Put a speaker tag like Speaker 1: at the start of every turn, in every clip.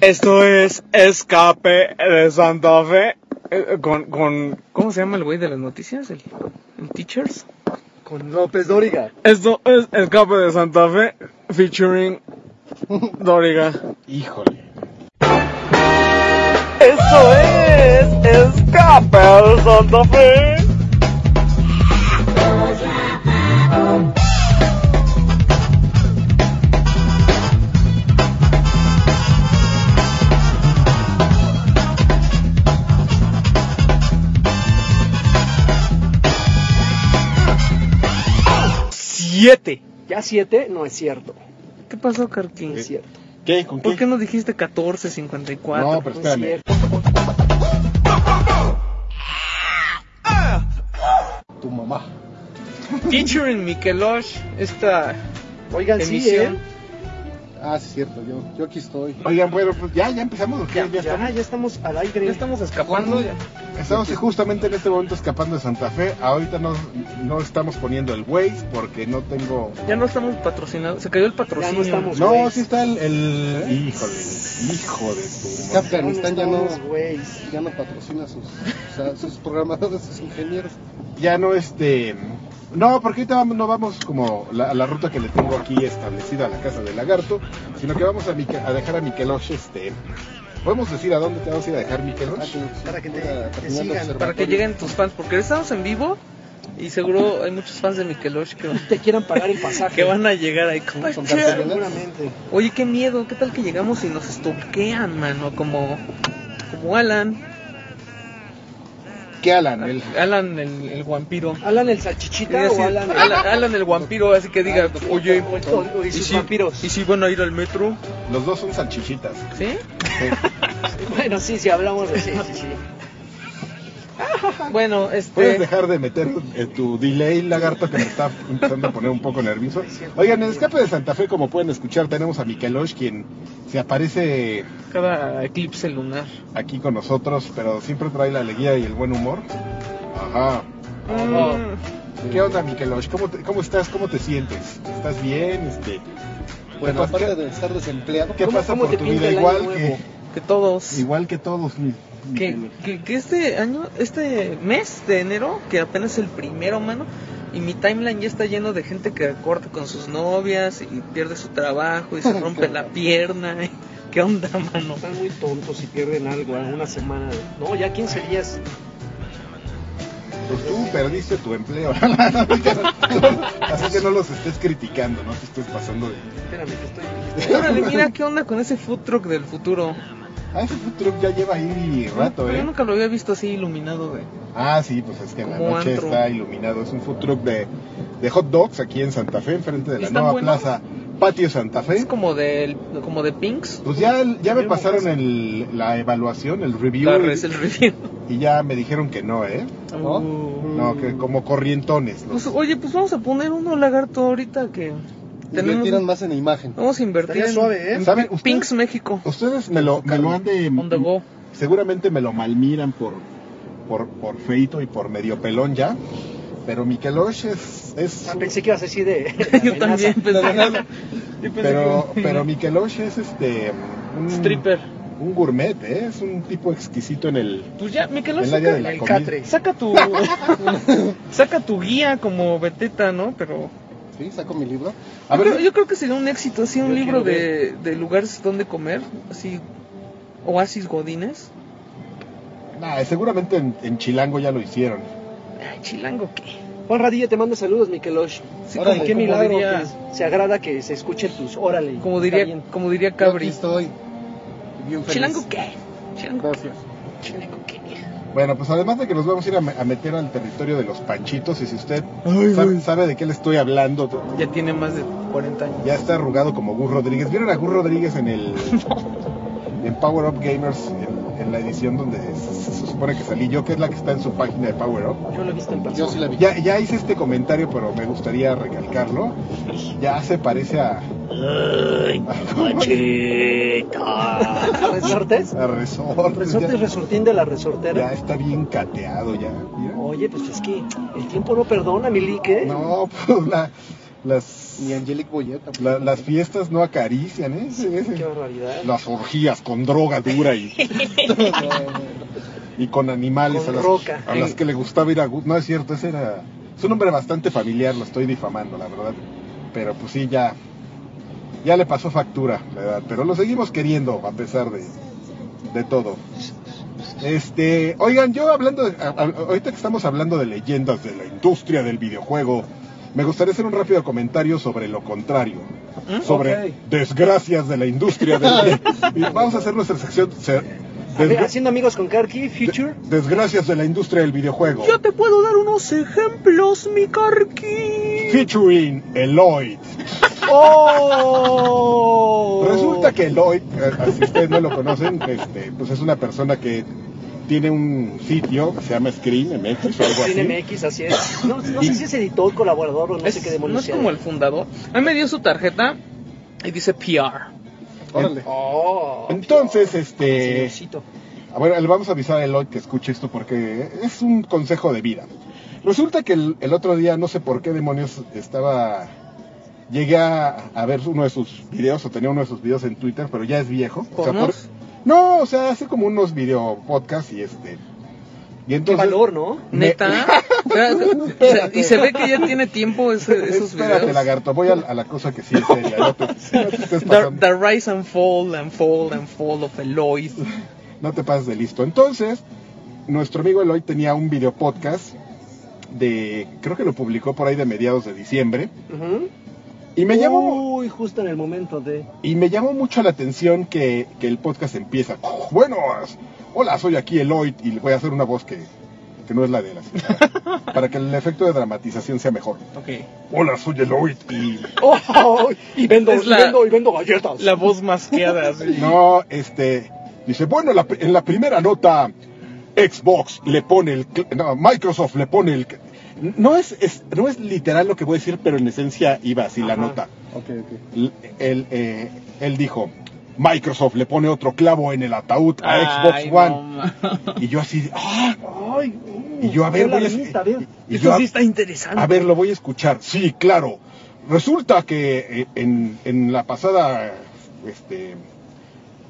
Speaker 1: Esto es Escape de Santa Fe. eh, Con, con- ¿Cómo se llama el güey de las noticias? ¿El, el Teachers?
Speaker 2: Con López Dóriga.
Speaker 1: Esto es Escape de Santa Fe featuring Doriga.
Speaker 3: Híjole.
Speaker 1: Esto es Escape de Santa Fe. Siete.
Speaker 2: Ya siete no es cierto.
Speaker 1: ¿Qué pasó,
Speaker 2: No
Speaker 1: Carquín?
Speaker 2: es cierto.
Speaker 3: ¿Qué? ¿Con
Speaker 1: ¿Por
Speaker 3: qué?
Speaker 1: qué no dijiste 1454?
Speaker 3: No, pero
Speaker 2: No pues, es
Speaker 3: espérame.
Speaker 2: cierto.
Speaker 3: Tu mamá.
Speaker 1: Featuring Mikelosh, esta
Speaker 2: Oigan, sí, ¿eh?
Speaker 1: emisión.
Speaker 3: Ah, sí, es cierto. Yo, yo aquí estoy. Oigan, bueno, pues ya, ya empezamos. ¿o qué?
Speaker 2: Ya,
Speaker 3: Ya estamos.
Speaker 2: ya estamos al aire.
Speaker 1: Ya estamos escapando.
Speaker 3: Ya. Estamos justamente en este momento escapando de Santa Fe. Ahorita no, no estamos poniendo el Waze porque no tengo.
Speaker 1: Ya no estamos patrocinados. Se cayó el patrocinio.
Speaker 2: Ya no estamos.
Speaker 3: No,
Speaker 2: Waze.
Speaker 3: sí está el. el- Híjole, hijo de tu.
Speaker 4: que
Speaker 3: madre.
Speaker 4: Afganistán ya no,
Speaker 2: Unos güeyes.
Speaker 4: ya no patrocina sus, o sea, sus programadores, sus ingenieros.
Speaker 3: Ya no este. No, porque ahorita vamos- no vamos como la, a la ruta que le tengo aquí establecida a la casa del lagarto, sino que vamos a, Mique- a dejar a Mikelosh este. ¿Podemos decir a dónde te vamos a ir a dejar
Speaker 4: Ah,
Speaker 3: Mikelosh?
Speaker 2: Para que te- te
Speaker 4: Para terminar de
Speaker 2: sigan,
Speaker 4: observar.
Speaker 1: Para que lleguen tus fans, porque estamos en vivo y seguro hay muchos fans de Mikelosh que,
Speaker 2: Te quieran pagar el pasaje.
Speaker 1: que van a llegar ahí. como,
Speaker 4: Con
Speaker 1: "Che".
Speaker 4: cartulina.
Speaker 2: Seguramente.
Speaker 1: Oye, qué miedo, ¿qué tal que llegamos y nos estoquean, mano? Como, como Alan,
Speaker 3: ¿Qué Alan? El,
Speaker 1: Alan el, el vampiro.
Speaker 2: ¿Alan el
Speaker 1: Y
Speaker 2: salchichita
Speaker 1: así,
Speaker 2: o Alan Ah, el-
Speaker 1: Alan, Alan el vampiro, así que diga, oye,
Speaker 2: O- o- y sus
Speaker 1: si,
Speaker 2: vampiros.
Speaker 1: ¿y si van a ir al metro?
Speaker 3: los dos son salchichitas.
Speaker 1: ¿Sí?
Speaker 2: Bueno, sí, sí, hablamos de sí, sí, sí.
Speaker 1: Bueno,
Speaker 3: ¿Puedes
Speaker 1: este...
Speaker 3: dejar de meter eh, tu delay, lagarto, que me está empezando a poner un poco nervioso? Oigan, en Escape de Santa Fe, como pueden escuchar, tenemos a Mikelosh, quien se aparece
Speaker 1: Cada eclipse lunar.
Speaker 3: aquí con nosotros, pero siempre trae la alegría y el buen humor. Ajá.
Speaker 2: Ah.
Speaker 1: Mm.
Speaker 3: ¿Qué onda, Mikelosh? ¿Cómo, te- ¿Cómo estás? ¿Cómo te sientes? ¿Estás bien? Este,
Speaker 4: Bueno,
Speaker 3: ¿Qué pasa-
Speaker 4: aparte de estar desempleado,
Speaker 3: ¿Qué
Speaker 2: ¿Cómo-
Speaker 3: pasa
Speaker 2: cómo
Speaker 3: por
Speaker 2: te
Speaker 3: tu
Speaker 2: pinta
Speaker 3: vida?
Speaker 2: el año
Speaker 3: Igual
Speaker 2: nuevo?
Speaker 3: que,
Speaker 1: Que todos...
Speaker 3: igual que todos. mi-
Speaker 1: que,
Speaker 3: Mikelosh.
Speaker 1: que, que este año, este mes de enero, que apenas es el primero, mano, y mi timeline ya está lleno de gente que corta con sus novias y pierde su trabajo y se rompe la pierna. y- ¿Qué onda, mano?
Speaker 2: Están muy tontos si pierden algo, ¿eh? una semana. No, ya 15 días.
Speaker 3: Pues tú perdiste tu empleo. Así que no los estés criticando, no te estés pasando de...
Speaker 2: Espérame, que estoy.
Speaker 1: Órale, mira qué onda con ese food truck del futuro.
Speaker 3: Ah, ese food truck ya lleva ahí rato,
Speaker 1: Ah, Yo
Speaker 3: ¿eh?
Speaker 1: nunca lo había visto así iluminado de...
Speaker 3: Ah, sí, pues es que en la
Speaker 1: Como
Speaker 3: noche
Speaker 1: antro.
Speaker 3: está iluminado. Es un food truck de, de hot dogs aquí en Santa Fe, enfrente de
Speaker 1: ¿Y
Speaker 3: la
Speaker 1: están
Speaker 3: nueva
Speaker 1: buenos?
Speaker 3: plaza Patio Santa
Speaker 1: Es
Speaker 3: Fe.
Speaker 1: como de, como de Pinks.
Speaker 3: Pues ya, ya me pasaron el, la evaluación, el review,
Speaker 1: La
Speaker 3: y,
Speaker 1: res, el review.
Speaker 3: y ya me dijeron que no, ¿eh?
Speaker 1: Uh.
Speaker 3: No, que como corrientones. los-
Speaker 1: Pues, oye, pues vamos a poner uno lagarto ahorita que...
Speaker 4: invirtieron
Speaker 1: Tenemos,
Speaker 4: más en imagen.
Speaker 1: vamos a invertir
Speaker 2: Estaría
Speaker 1: en,
Speaker 2: suave, ¿eh?
Speaker 1: en
Speaker 3: ¿Saben? ¿Ustedes?
Speaker 1: Pinks México.
Speaker 3: Ustedes me lo, me lo han de...
Speaker 1: On the go.
Speaker 3: Seguramente me lo malmiran por, por, por feito y por medio pelón ya. Pero Mikelosh es... es
Speaker 2: Ah, pensé que ibas así de.
Speaker 1: Yo también pensé Yo pensé
Speaker 3: Pero,
Speaker 1: que-
Speaker 3: pero Mikelosh es este un,
Speaker 1: Stripper.
Speaker 3: un gourmet, ¿eh? es un tipo exquisito en el,
Speaker 1: Pues ya, Miquelón,
Speaker 3: el área de la
Speaker 2: el
Speaker 3: comida.
Speaker 2: catre.
Speaker 1: saca tu... saca tu guía como beteta, ¿no? Pero...
Speaker 4: Sí, saco mi libro.
Speaker 3: A
Speaker 1: yo, creo,
Speaker 3: ver,
Speaker 1: yo creo que sería un éxito, así un
Speaker 2: Yo
Speaker 1: libro
Speaker 2: quiero
Speaker 1: de, de lugares donde comer, así... Oasis Godines.
Speaker 3: nah, seguramente en, en Chilango ya lo hicieron.
Speaker 1: Ay, chilango, ¿qué?
Speaker 2: Juan Radilla te manda saludos, Mikelosh.
Speaker 1: Sí,
Speaker 4: Órale,
Speaker 1: como,
Speaker 2: Qué
Speaker 1: como
Speaker 2: milagro
Speaker 1: diría,
Speaker 2: que se agrada que se escuchen tus órale.
Speaker 1: como
Speaker 2: Está
Speaker 1: diría,
Speaker 2: bien.
Speaker 1: como diría
Speaker 4: Yo aquí
Speaker 1: Cabri.
Speaker 4: estoy. Bien feliz.
Speaker 1: Chilango, ¿qué? Chilango,
Speaker 4: Gracias.
Speaker 1: chilango, ¿qué?
Speaker 3: Bueno, pues además de que nos vamos a ir a, me- a meter al territorio de los panchitos, y si usted sabe, sabe de qué le estoy hablando,
Speaker 1: Ya tiene más de 40 años.
Speaker 3: ya está arrugado como Gus Rodríguez. ¿Vieron a Gus Rodríguez en el en Power Up Gamers, en, en la edición donde se, se supone que salí yo, que es la que está en su página de Power Up?
Speaker 2: Yo lo he visto en
Speaker 4: Yo
Speaker 2: persona.
Speaker 4: sí la vi.
Speaker 3: Ya, ya hice este comentario, pero me gustaría recalcarlo. Ya se parece a,
Speaker 2: ¿Resortes?
Speaker 3: a resortes.
Speaker 2: ¿Resortes
Speaker 3: Ya,
Speaker 2: resortín de la
Speaker 3: ya
Speaker 2: resortera?
Speaker 3: está bien cateado ya. mira.
Speaker 2: Oye, pues es que el tiempo no perdona, Milique.
Speaker 3: No, pues la, las,
Speaker 4: Ni Angelique Boyer tampoco.
Speaker 3: la- las fiestas no acarician, ¿eh?
Speaker 2: Qué barbaridad.
Speaker 3: Las orgías con droga dura y, y con animales
Speaker 2: Con
Speaker 3: a, las,
Speaker 2: roca.
Speaker 3: a las que le gustaba ir a... gu- No es cierto, ese era... Es un hombre bastante familiar, lo estoy difamando, la verdad. Pero pues sí, ya... Ya le pasó factura la edad, pero lo seguimos queriendo a pesar de, de todo. Este, oigan, yo hablando, de- a- a- ahorita que estamos hablando de leyendas de la industria del videojuego, me gustaría hacer un rápido comentario sobre lo contrario,
Speaker 1: ¿Mm?
Speaker 3: sobre
Speaker 2: Ok.
Speaker 3: desgracias de la industria del y vamos a hacer nuestra sección se-
Speaker 2: A ver,
Speaker 3: desgra-
Speaker 2: haciendo amigos con Karki, Future.
Speaker 3: desgracias de la industria del videojuego,
Speaker 1: Yo te puedo dar unos ejemplos, mi carqui.
Speaker 3: featuring Eloyd.
Speaker 2: ¡Oh!
Speaker 3: Resulta que Eloy, eh, si ustedes no lo conocen, este, pues es una persona que tiene un sitio que se llama Screen MX o algo así.
Speaker 2: Tiene MX, así es. No, no sé si es editor, colaborador o no sé qué
Speaker 1: Es- no
Speaker 2: demonios.
Speaker 1: es
Speaker 2: sea.
Speaker 1: como el fundador. A mí me dio su tarjeta y dice PR.
Speaker 4: Órale.
Speaker 2: ¡Oh!
Speaker 3: Entonces, este,
Speaker 2: Señorcito.
Speaker 3: A ver, le vamos a avisar a Eloy que escuche esto porque es un consejo de vida. Resulta que el, el otro día, no sé por qué demonios, estaba... Llegué a, a ver uno de sus videos, o tenía uno de sus videos en Twitter, pero ya es viejo. O sea,
Speaker 1: ¿Pornos?
Speaker 3: por- no, o sea, hace como unos video podcasts y este... Y
Speaker 2: Qué
Speaker 3: entonces...
Speaker 2: valor, ¿no?
Speaker 3: Me-
Speaker 1: Neta. O sea, se- y se ve que ya tiene tiempo ese- esos
Speaker 3: Espérate,
Speaker 1: videos.
Speaker 3: lagarto, voy a, la- a la cosa que sí es seria. No te, no te estés
Speaker 1: The,
Speaker 3: pasando.
Speaker 1: the rise and fall and fall and fall of Eloy.
Speaker 3: No te pases de listo. Entonces, nuestro amigo Eloy tenía un video podcast de, creo que lo publicó por ahí de mediados de diciembre.
Speaker 2: Ujú.
Speaker 3: Y me llamó,
Speaker 2: Uy, justo en el momento de.
Speaker 3: y me llamó mucho la atención que, que el podcast empieza. Bueno, hola, soy aquí Eloy y le voy a hacer una voz que, que no es la de la señora, para que el efecto de dramatización sea mejor.
Speaker 1: Ok.
Speaker 3: Hola, soy Eloy y
Speaker 2: ¡Oh! Y vendo,
Speaker 1: Es la-
Speaker 2: y vendo, y vendo galletas.
Speaker 1: La voz masqueada. así.
Speaker 3: No, este. Dice, bueno, la pri- en la primera nota, Xbox le pone el. cl- No, Microsoft le pone el. cl- No es, es- no es literal lo que voy a decir, pero en esencia iba así la
Speaker 2: Ajá.
Speaker 3: nota.
Speaker 4: Ok, ok.
Speaker 3: L- Él, eh, él dijo, Microsoft le pone otro clavo en el ataúd a
Speaker 1: Ay,
Speaker 3: Xbox
Speaker 1: no,
Speaker 3: One.
Speaker 1: ma-
Speaker 3: Y yo así, ¡ah!
Speaker 2: Ay, uh,
Speaker 3: Y yo, a ver,
Speaker 2: la
Speaker 3: voy a-
Speaker 2: lista, a ver.
Speaker 3: Y
Speaker 1: Esto
Speaker 3: yo,
Speaker 1: sí está interesante.
Speaker 3: a ver, lo voy a escuchar. Sí, claro. Resulta que eh, en, en la pasada, este,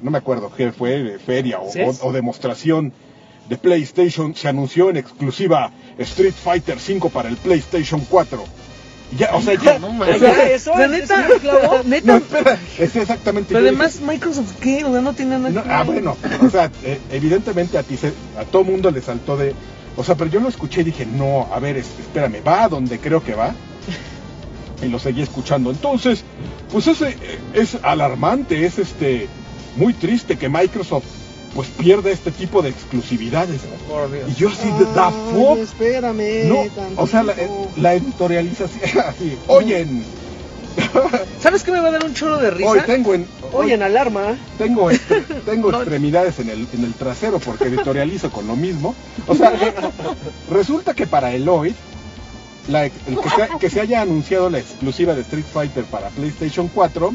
Speaker 3: no me acuerdo qué fue, eh, feria o,
Speaker 2: ¿CES?
Speaker 3: o- o demostración de PlayStation, se anunció en exclusiva Street Fighter 5 para el PlayStation 4. Ya, o sea, ya.
Speaker 4: No
Speaker 3: o
Speaker 4: mames.
Speaker 3: sea,
Speaker 2: Ya, eso
Speaker 1: La
Speaker 2: es-
Speaker 1: neta,
Speaker 2: es un clavo.
Speaker 3: no,
Speaker 1: neta.
Speaker 3: espera, es exactamente.
Speaker 1: Pero
Speaker 3: yo
Speaker 1: además, Microsoft, ¿qué? O sea, no tiene nada
Speaker 3: no,
Speaker 1: que
Speaker 3: ah,
Speaker 1: ver.
Speaker 3: bueno, o sea, eh, evidentemente a ti, se- a todo mundo le saltó de... O sea, pero yo lo escuché y dije, no, a ver, es- espérame, va a donde creo que va. Y lo seguí escuchando. Entonces, pues es, eh, es alarmante, es este muy triste que Microsoft pues pierda este tipo de exclusividades.
Speaker 1: Oh, Por Dios.
Speaker 3: Y yo así, de da
Speaker 4: Ay,
Speaker 3: fuck.
Speaker 4: Espérame.
Speaker 3: No, o sea, la,
Speaker 4: tantito.
Speaker 3: la editorialización, así, oyen,
Speaker 1: ¿Sabes qué me va a dar un choro de risa?
Speaker 3: hoy tengo en...
Speaker 2: Oye, en alarma.
Speaker 3: Tengo, este- tengo
Speaker 1: No.
Speaker 3: extremidades en el, en el trasero porque editorializo con lo mismo. O sea, eh, resulta que para Eloy, la ex- el que, se, que se haya anunciado la exclusiva de Street Fighter para PlayStation 4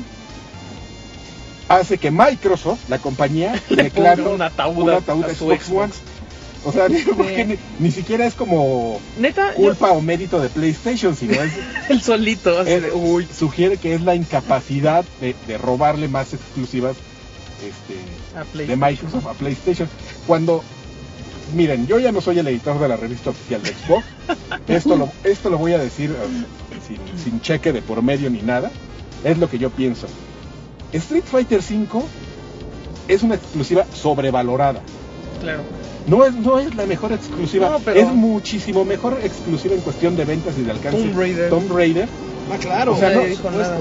Speaker 3: hace que Microsoft, la compañía, le
Speaker 1: ponga
Speaker 3: clave
Speaker 1: un ataúd
Speaker 3: un
Speaker 1: a-
Speaker 3: ataúd
Speaker 1: a
Speaker 3: a
Speaker 1: su
Speaker 3: Xbox,
Speaker 1: Xbox.
Speaker 3: One. O sea, porque ni, ni siquiera es como
Speaker 1: Neta, yo-
Speaker 3: culpa o mérito de PlayStation, sino es
Speaker 1: el solito. así
Speaker 3: eh,
Speaker 1: de, uy.
Speaker 3: uy, sugiere que es la incapacidad de, de robarle más exclusivas
Speaker 1: "Uh, A
Speaker 3: este,
Speaker 1: Play-
Speaker 3: de Microsoft a PlayStation. Cuando, miren, yo ya no soy el editor de la revista oficial de Xbox. Esto lo, esto lo voy a decir eh, sin, sin cheque de por medio ni nada. Es lo que yo pienso. Street Fighter 5 es una exclusiva sobrevalorada.
Speaker 1: Claro.
Speaker 3: No es, no es la mejor exclusiva,
Speaker 1: No, pero-
Speaker 3: es muchísimo mejor exclusiva en cuestión de ventas y de alcance.
Speaker 1: Tomb Raider.
Speaker 3: Tomb Raider.
Speaker 4: Ah, claro.
Speaker 3: O sea,
Speaker 1: Nadie
Speaker 3: no,
Speaker 1: dijo
Speaker 4: supuesto.
Speaker 1: nada.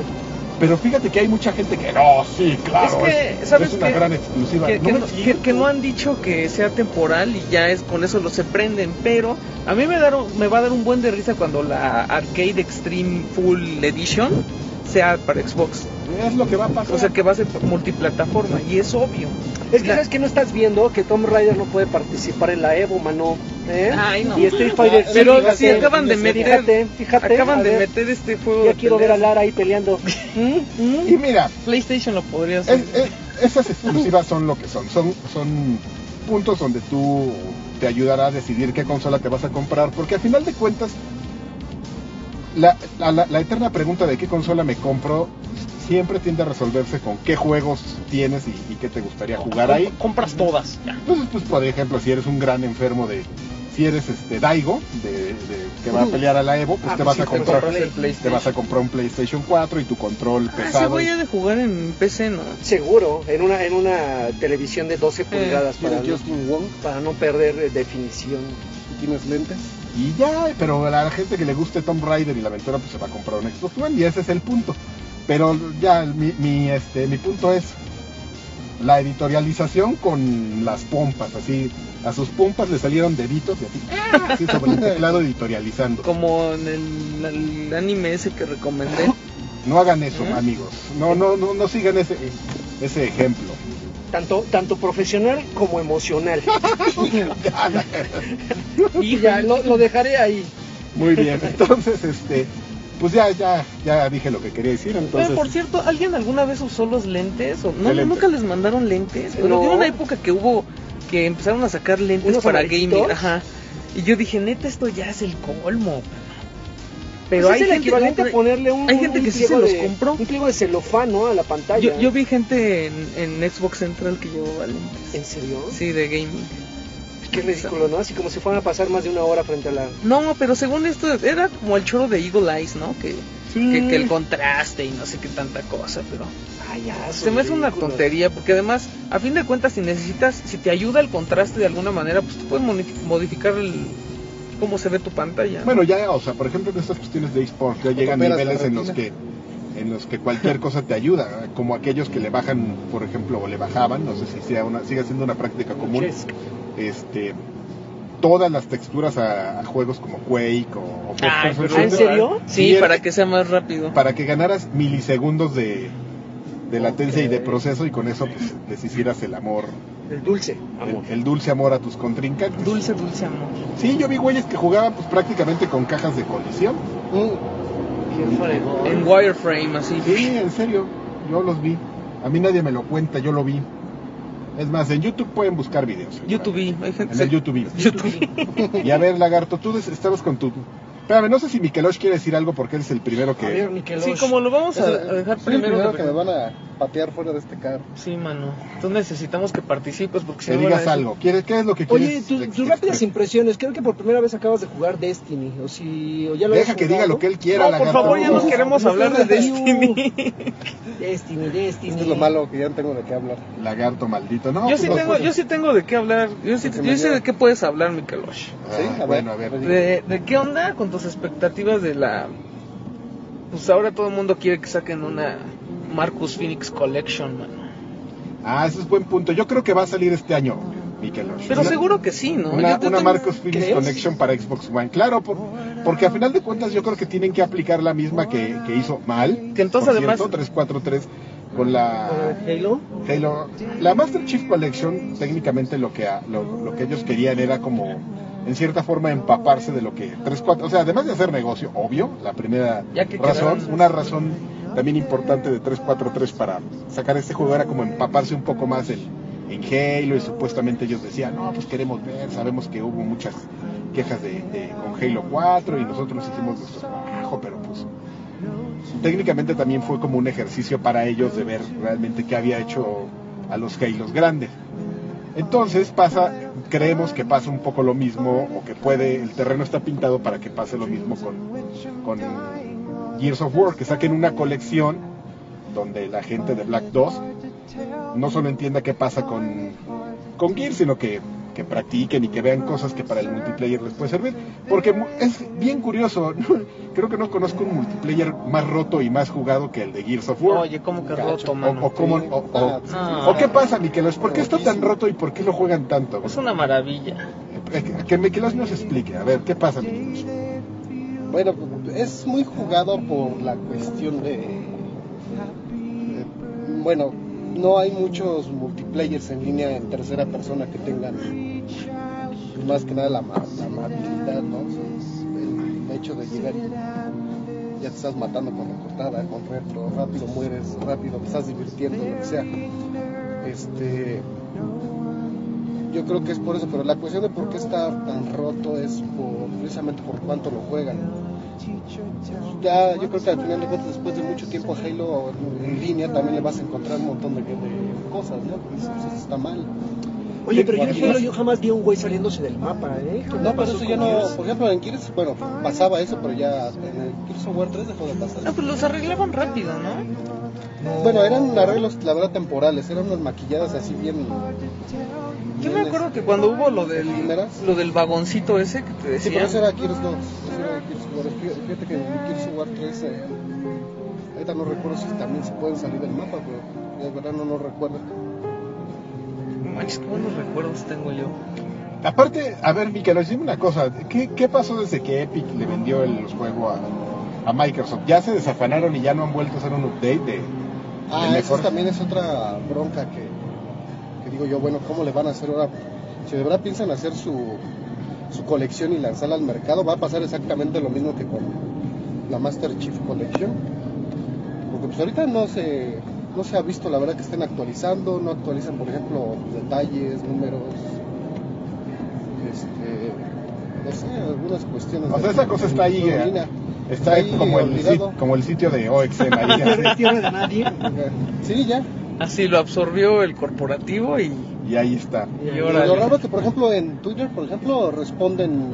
Speaker 3: Pero fíjate que hay mucha gente que no, sí, claro.
Speaker 1: Es que,
Speaker 3: es-
Speaker 1: ¿sabes
Speaker 3: es una
Speaker 1: qué?
Speaker 3: gran exclusiva.
Speaker 1: que, que
Speaker 3: No
Speaker 1: no,
Speaker 3: es
Speaker 1: que-
Speaker 3: cierto.
Speaker 1: que no han dicho que sea temporal y ya es con eso lo se prenden, pero a mí me, daron, me va a dar un buen de risa cuando la Arcade Extreme Full Edition sea para Xbox.
Speaker 3: Es lo que va a pasar.
Speaker 1: O sea que va a ser multiplataforma y es obvio.
Speaker 2: Es que
Speaker 1: La-
Speaker 2: sabes que no estás viendo que Tom Raider no puede participar en la Evo, mano. ¿Eh?
Speaker 1: Ay, no.
Speaker 2: Y Street Fighter.
Speaker 4: Ah,
Speaker 1: Pero
Speaker 2: fíjate,
Speaker 1: sí acaban de meter,
Speaker 2: Fíjate, fíjate.
Speaker 1: acaban
Speaker 2: a
Speaker 1: de
Speaker 2: ver,
Speaker 1: meter este juego.
Speaker 2: Ya
Speaker 1: de
Speaker 2: quiero ver a
Speaker 1: peleas.
Speaker 2: Lara ahí peleando. ¿Mm? ¿Mm?
Speaker 3: Y mira,
Speaker 1: PlayStation lo podría hacer.
Speaker 3: es- es- esas exclusivas son lo que son. Son, son puntos donde tú te ayudará a decidir qué consola te vas a comprar. Porque al final de cuentas, la, la- la- la eterna pregunta de qué consola me compro siempre tiende a resolverse con qué juegos tienes y, y qué te gustaría jugar ahí.
Speaker 2: Compras todas. ya.
Speaker 3: Entonces, pues, por ejemplo, si eres un gran enfermo de... Si eres este Daigo, de, de- que va a pelear a la Evo, pues
Speaker 2: Ah,
Speaker 3: te
Speaker 2: pues
Speaker 3: vas
Speaker 2: sí,
Speaker 3: a
Speaker 2: te
Speaker 3: comprar...
Speaker 2: compras el
Speaker 3: Te
Speaker 2: PlayStation.
Speaker 3: vas a comprar un PlayStation 4 y tu control
Speaker 1: Ah, ese
Speaker 3: pesado.
Speaker 1: güey
Speaker 3: y-
Speaker 1: ha de jugar en PC, ¿no?
Speaker 5: Seguro, en una, en una televisión de
Speaker 1: Eh,
Speaker 5: 12 pulgadas para,
Speaker 4: Tiene
Speaker 5: no,
Speaker 4: Justin Wong
Speaker 5: para no perder eh, definición.
Speaker 4: y tienes lentes.
Speaker 3: Y ya, pero a la gente que le guste Tomb Raider y la aventura, pues se va a comprar un Xbox One y ese es el punto. Pero ya, mi, mi, este, mi punto es la editorialización con las pompas, así. A sus pompas le salieron deditos y así, ¡ah! así sobre el teclado editorializando.
Speaker 1: Como en el, el anime ese que recomendé.
Speaker 3: No hagan eso,
Speaker 1: ¿Eh?
Speaker 3: amigos. No, no, no, no sigan ese, ese ejemplo.
Speaker 5: Tanto, tanto profesional como emocional.
Speaker 1: Y
Speaker 5: ya, lo, lo dejaré ahí.
Speaker 3: Muy bien, entonces, este, pues ya, ya, ya dije lo que quería decir. Entonces,
Speaker 1: por cierto, ¿alguien alguna vez usó los lentes? ¿O no,
Speaker 3: ¿Qué lentes?
Speaker 1: nunca les mandaron lentes. Pero
Speaker 5: No.
Speaker 1: hubo una época que hubo que empezaron a sacar lentes
Speaker 5: ¿Unos
Speaker 1: para
Speaker 5: amarillitos?
Speaker 1: gaming, ajá. Y yo dije, neta, esto ya es el colmo. Pero
Speaker 5: Pues
Speaker 1: hay
Speaker 5: es el
Speaker 1: gente,
Speaker 5: equivalente
Speaker 1: no,
Speaker 5: a ponerle un,
Speaker 1: hay gente
Speaker 5: un
Speaker 1: que sí se
Speaker 5: pliego
Speaker 1: los
Speaker 5: de-
Speaker 1: compró.
Speaker 5: Un pliego de celofán, ¿no? A la pantalla.
Speaker 1: Yo, yo vi gente en, en Xbox Central que llevaba lentes.
Speaker 5: ¿En serio?
Speaker 1: Sí, de gaming.
Speaker 5: Qué ridículo, ¿no? Así como si fueran a pasar más de una hora frente a la...
Speaker 1: No, pero según esto era como el choro de Eagle Eyes, ¿no? Que,
Speaker 3: Sí.
Speaker 1: que, que el contraste y no sé qué tanta cosa, pero
Speaker 5: Ay,
Speaker 3: Ah,
Speaker 5: ya,
Speaker 1: se
Speaker 5: son
Speaker 1: me hace una
Speaker 5: ridículos.
Speaker 1: tontería porque además, a fin de cuentas, si necesitas, si te ayuda el contraste de alguna manera, pues tú puedes moni- modificar el, cómo se ve tu pantalla.
Speaker 3: Bueno, ya, o sea, por ejemplo, en estas cuestiones de eSports ya llegan
Speaker 4: operas la
Speaker 3: niveles en los que
Speaker 4: retina.
Speaker 3: en los que cualquier cosa te ayuda, como aquellos que le bajan, por ejemplo, o le bajaban, no sé si sea una, sigue siendo una práctica común,
Speaker 5: Chess.
Speaker 3: este, todas las texturas a, a juegos como Quake o, o First
Speaker 1: Ay,
Speaker 3: Person
Speaker 1: pero-
Speaker 5: ¿Ah, en
Speaker 3: Shooter,
Speaker 5: serio?
Speaker 1: sí,
Speaker 3: bien.
Speaker 1: para que sea más rápido.
Speaker 3: para que ganaras milisegundos de, de latencia y de proceso y con eso pues, les hicieras el amor,
Speaker 5: El dulce,
Speaker 3: el,
Speaker 5: amor.
Speaker 3: el dulce amor a tus contrincantes.
Speaker 1: Dulce, dulce amor.
Speaker 3: Sí, yo vi güeyes que jugaban pues prácticamente con cajas de colisión.
Speaker 1: Uh,
Speaker 5: Qué fregón.
Speaker 1: En wireframe, así.
Speaker 3: Sí, en serio, yo los vi. A mí nadie me lo cuenta, yo lo vi. Es más, en YouTube pueden buscar videos.
Speaker 1: YouTube, hay gente.
Speaker 3: En el YouTube.
Speaker 1: YouTube.
Speaker 3: Y a ver, Lagarto, tú des- estabas con tu... Espérame, no sé si Mikelosh quiere decir algo porque eres el primero
Speaker 5: A ver,
Speaker 3: que...
Speaker 5: Miquelosh.
Speaker 1: Sí, como lo vamos a,
Speaker 4: Es
Speaker 1: a
Speaker 4: el-
Speaker 1: dejar
Speaker 4: soy el
Speaker 1: primero.
Speaker 4: primero
Speaker 1: que-
Speaker 4: que me van a patear fuera de este carro.
Speaker 1: Sí, mano. Entonces necesitamos que participes porque si
Speaker 3: Que
Speaker 1: no van a
Speaker 3: digas
Speaker 1: decir-
Speaker 3: algo. ¿Quieres, ¿Qué es lo que quieres?
Speaker 5: Oye, tus, tus
Speaker 3: ex-
Speaker 5: rápidas
Speaker 3: expresar?
Speaker 5: impresiones. Creo que por primera vez acabas de jugar Destiny. O si. O ya lo
Speaker 3: Deja
Speaker 5: habías
Speaker 3: que diga
Speaker 5: jugado.
Speaker 3: lo que él quiera,
Speaker 1: no, por
Speaker 3: Lagarto.
Speaker 1: favor, ya no
Speaker 5: nos
Speaker 1: queremos
Speaker 5: No,
Speaker 1: hablar de
Speaker 5: no, no.
Speaker 1: Destiny.
Speaker 5: Destiny, Destiny.
Speaker 4: Esto es lo malo que ya no tengo de qué hablar.
Speaker 3: Lagarto maldito. No,
Speaker 1: yo
Speaker 3: pues
Speaker 1: sí
Speaker 3: no,
Speaker 1: tengo,
Speaker 3: pues-
Speaker 1: yo sí tengo de qué hablar. Yo sí,
Speaker 4: Porque me
Speaker 1: yo sé
Speaker 4: lleva.
Speaker 1: de qué puedes hablar, Mikelosh.
Speaker 3: Ah,
Speaker 4: Sí, a ver,
Speaker 3: bueno, a ver.
Speaker 4: pues,
Speaker 1: De, de qué onda con tus expectativas de la. Pues ahora todo el mundo quiere que saquen una Marcus Phoenix Collection, mano.
Speaker 3: Ah, ese es buen punto. Yo creo que va a salir este año, Mikelosh.
Speaker 1: Pero
Speaker 3: Una-
Speaker 1: seguro que sí, ¿no?
Speaker 3: Una,
Speaker 1: Yo te
Speaker 3: una
Speaker 1: tengo-
Speaker 3: Marcos Phoenix
Speaker 5: ¿crees?
Speaker 3: Connection para Xbox One. Claro, por- porque a final de cuentas yo creo que tienen que aplicar la misma que, que hizo mal.
Speaker 1: Que entonces
Speaker 3: por
Speaker 1: además-
Speaker 3: cierto, 343 con la
Speaker 5: Halo.
Speaker 3: Halo. La Master Chief Collection técnicamente lo que, a- lo, lo que ellos querían era como en cierta forma empaparse de lo que 34, o sea, además de hacer negocio, obvio, la primera
Speaker 1: Ya que
Speaker 3: razón,
Speaker 1: quedaron-
Speaker 3: una razón también importante de 343 para sacar este juego era como empaparse un poco más en, en Halo y supuestamente ellos decían, no, pues queremos ver, sabemos que hubo muchas quejas de, de- con Halo 4 y nosotros hicimos nuestro trabajo, pero pues técnicamente también fue como un ejercicio para ellos de ver realmente qué había hecho a los Halos grandes. Entonces pasa, creemos que pasa un poco lo mismo, o que puede, el terreno está pintado para que pase lo mismo con, con Gears of War, que saquen una colección donde la gente de Black 2 no solo entienda qué pasa con, con Gears, sino que, que practiquen y que vean cosas que para el multiplayer les puede servir. Porque mu- es bien curioso, creo que no conozco un multiplayer más roto y más jugado que el de Gears of War.
Speaker 1: Oye, ¿cómo que
Speaker 3: Cacho.
Speaker 1: roto,
Speaker 3: O-
Speaker 1: mano?
Speaker 3: o cómo- o- o-
Speaker 1: No.
Speaker 3: ¿O qué pasa, Mikelos? ¿Por qué está tan roto y por qué lo juegan tanto?
Speaker 1: Es una maravilla.
Speaker 3: Eh, Que, que Mikelos nos explique. A ver, ¿qué pasa, Mikelos?
Speaker 4: Bueno, pues, es muy jugado por la cuestión de. de- Bueno, no hay muchos multiplayers en línea en tercera persona que tengan pues, más que nada la, ma- la amabilidad, ¿no? El, hecho de llegar y ya te estás matando con recortada, con retro, rápido mueres, rápido te estás divirtiendo, lo que sea. Este. Yo creo que es por eso, pero la cuestión de por qué está tan roto es por, precisamente por cuánto lo juegan. Ya, yo creo que al final de cuentas, después de mucho tiempo a Halo en línea, también le vas a encontrar un montón de, de cosas, ¿no? Pues, pues, está mal.
Speaker 5: Oye, pero yo en
Speaker 4: Guardianes.
Speaker 5: Halo yo jamás vi a un güey saliéndose del mapa, ¿eh? ¿Qué
Speaker 4: No, pero
Speaker 5: pasó
Speaker 4: eso ya
Speaker 5: con
Speaker 4: no.
Speaker 5: ellos?
Speaker 4: Por ejemplo, en Gears, bueno, pasaba eso, pero ya en el Gears of War 3 dejó de pasar.
Speaker 1: No, pues los arreglaban rápido, ¿no?
Speaker 4: Bueno, eran arreglos, la verdad, temporales, eran unas maquilladas así bien.
Speaker 1: Yo me acuerdo que cuando hubo lo del,
Speaker 4: ¿Primeras?
Speaker 1: lo del vagoncito ese que te
Speaker 4: Sí,
Speaker 5: eh?
Speaker 1: decían.
Speaker 4: pero eso era Gears 2. eso era Gears of War. Fí- Fíjate que en Gears of War 3, eh, ahorita no recuerdo si también se pueden salir del mapa, pero de verdad no lo recuerdo.
Speaker 1: No Manches, qué buenos recuerdos tengo yo.
Speaker 3: Aparte, a ver, Miquelos, dime una cosa. ¿qué, qué pasó desde que Epic le vendió el juego a, a Microsoft? ¿Ya se desafanaron y ya no han vuelto a hacer un update de...
Speaker 4: Ah,
Speaker 3: del
Speaker 4: eso
Speaker 3: mejor?
Speaker 4: también es otra bronca que, que digo yo, bueno, ¿cómo le van a hacer ahora? Si de verdad piensan hacer su, su colección y lanzarla al mercado, va a pasar exactamente lo mismo que con la Master Chief Collection. Porque pues ahorita no se, no se ha visto, la verdad, que estén actualizando, no actualizan, por ejemplo, detalles, números, este, no sé, algunas cuestiones.
Speaker 3: O sea,
Speaker 4: de-
Speaker 3: esa cosa está ahí,
Speaker 4: de
Speaker 3: eh,
Speaker 4: orina.
Speaker 3: Está ahí como el, sit-
Speaker 4: olvidado.
Speaker 3: como el sitio de OXM. ahí,
Speaker 5: No es
Speaker 3: así,
Speaker 5: tierra de nadie.
Speaker 4: Sí, ya.
Speaker 1: Así lo absorbió el corporativo y,
Speaker 3: y ahí está.
Speaker 1: y
Speaker 4: Y Lo raro
Speaker 1: ahora.
Speaker 4: es que, por ejemplo, en Twitter, por ejemplo, responden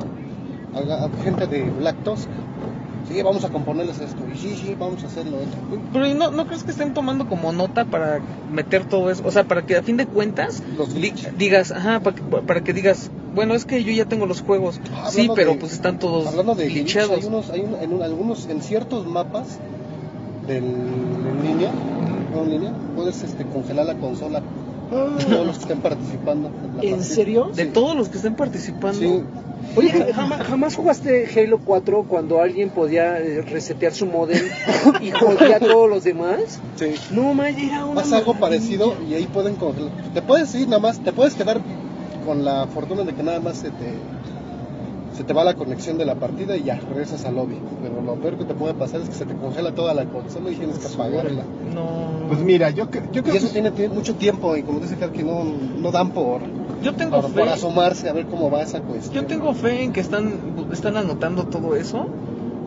Speaker 4: a, a gente de Black Tusk. Sí, vamos a componerles esto. Y sí, sí, vamos a hacerlo. esto.
Speaker 1: Pero ¿y no, ¿no crees que estén tomando como nota para meter todo eso? O sea, para que a fin de cuentas
Speaker 4: Los
Speaker 1: di-
Speaker 4: glitch.
Speaker 1: digas, ajá, para que, para que digas, bueno, es que yo ya tengo los juegos.
Speaker 4: Ah, Hablando
Speaker 1: sí, pero
Speaker 4: de-
Speaker 1: pues están todos
Speaker 4: Hablando de glitch, hay
Speaker 1: glitchados.
Speaker 4: unos, hay un- en un- algunos, en ciertos mapas del, en línea, no en línea, puedes este, congelar la consola. Todos los que estén participando. la
Speaker 5: ¿En
Speaker 4: partida.
Speaker 5: serio?
Speaker 1: De todos los que estén participando.
Speaker 4: Sí.
Speaker 5: Oye, ja- jama- jamás jugaste Halo 4 cuando alguien podía eh, resetear su modem y jodía a todos los demás.
Speaker 4: sí.
Speaker 5: No, man, era una.
Speaker 4: Haz algo
Speaker 5: maravilla.
Speaker 4: parecido y ahí pueden congelar. Te puedes ir nada más, te puedes quedar con la fortuna de que nada más se te se te va la conexión de la partida y ya regresas al lobby. Pero lo peor que te puede pasar es que se te congela toda la consola y tienes que apagarla.
Speaker 1: No.
Speaker 3: Pues mira, yo, cre- yo creo
Speaker 4: Y eso
Speaker 3: que-
Speaker 4: tiene, tiene mucho tiempo y como dice Car que no, no dan por,
Speaker 1: yo tengo
Speaker 4: por,
Speaker 1: fe.
Speaker 4: por asomarse a ver cómo va esa
Speaker 1: Yo
Speaker 4: cuestión.
Speaker 1: tengo fe en que están, están anotando todo eso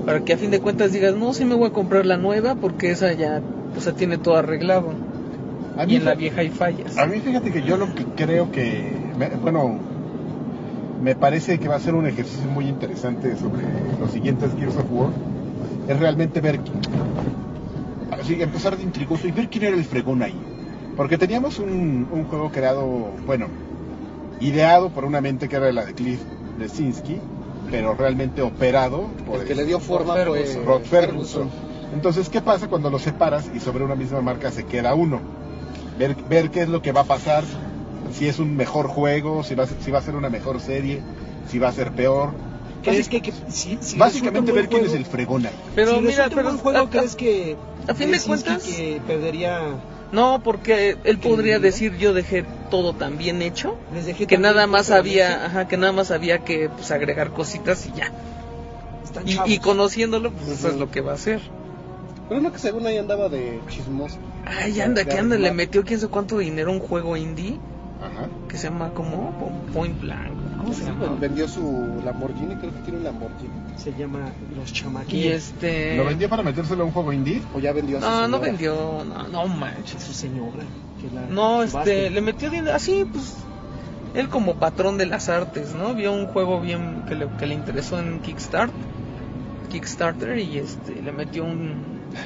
Speaker 1: para que a fin de cuentas digas, no, sí me voy a comprar la nueva porque esa ya, o sea, tiene todo arreglado.
Speaker 3: a
Speaker 1: Y
Speaker 3: mí
Speaker 1: en la
Speaker 3: fue-
Speaker 1: vieja hay fallas.
Speaker 3: A mí fíjate que yo lo que creo que, me- bueno, me parece que va a ser un ejercicio muy interesante sobre los siguientes Gears of War, es realmente ver, qui- así, empezar de intrigoso y ver quién era el fregón ahí. Porque teníamos un, un juego creado, bueno, ideado por una mente que era la de Cliff Lesinski, pero realmente operado por
Speaker 4: El que le dio forma pues, eh,
Speaker 1: Rod
Speaker 4: fue
Speaker 1: Ferguson.
Speaker 3: Rod Ferguson. Entonces, ¿qué pasa cuando los separas y sobre una misma marca se queda uno? Ver, ver qué es lo que va a pasar, si es un mejor juego, si va, a ser- si va a ser una mejor serie, si va a ser peor.
Speaker 5: ¿Crees que, que si, si resulta
Speaker 3: Básicamente
Speaker 5: un
Speaker 3: ver quién
Speaker 5: buen
Speaker 3: es el
Speaker 5: juego-
Speaker 3: fregón ahí.
Speaker 1: Pero
Speaker 5: si resulta
Speaker 1: mira,
Speaker 5: un
Speaker 1: pero ah,
Speaker 5: buen juego,
Speaker 1: a- a-
Speaker 5: ¿crees que.
Speaker 1: a fin de
Speaker 5: Krasinski
Speaker 1: cuentas-
Speaker 5: que perdería.
Speaker 1: No, porque él podría
Speaker 5: ¿no?
Speaker 1: decir yo dejé todo tan bien hecho
Speaker 5: Les dejé
Speaker 1: que
Speaker 5: también
Speaker 1: nada más
Speaker 5: otro
Speaker 1: había,
Speaker 5: anuncio.
Speaker 1: ajá, que nada más había que pues, agregar cositas y ya.
Speaker 5: Están
Speaker 1: Y,
Speaker 5: chavos.
Speaker 1: y conociéndolo, pues eso es
Speaker 4: Ujú.
Speaker 1: lo que va a hacer.
Speaker 4: Pero uno que según ahí andaba de chismoso.
Speaker 1: Ay, anda, que anda, le metió quién sabe cuánto dinero a un juego indie
Speaker 3: Ajá.
Speaker 1: que se llama como Po- Point Blank. ¿Cómo se llama?
Speaker 4: Vendió su Lamborghini, creo que tiene un Lamborghini.
Speaker 5: Se llama Los
Speaker 1: Y
Speaker 5: Chamaquillos.
Speaker 1: este...
Speaker 3: ¿Lo vendió para metérselo a un juego indie?
Speaker 4: O ya vendió a su
Speaker 1: No, no
Speaker 4: señora.
Speaker 1: vendió, no, no manches.
Speaker 5: Su señora. que la
Speaker 1: No,
Speaker 5: subaste.
Speaker 1: este, le metió dinero, así pues, él como patrón de las artes, ¿no? Vio un juego bien que le, que le interesó en Kickstart, Kickstarter y este, le metió un...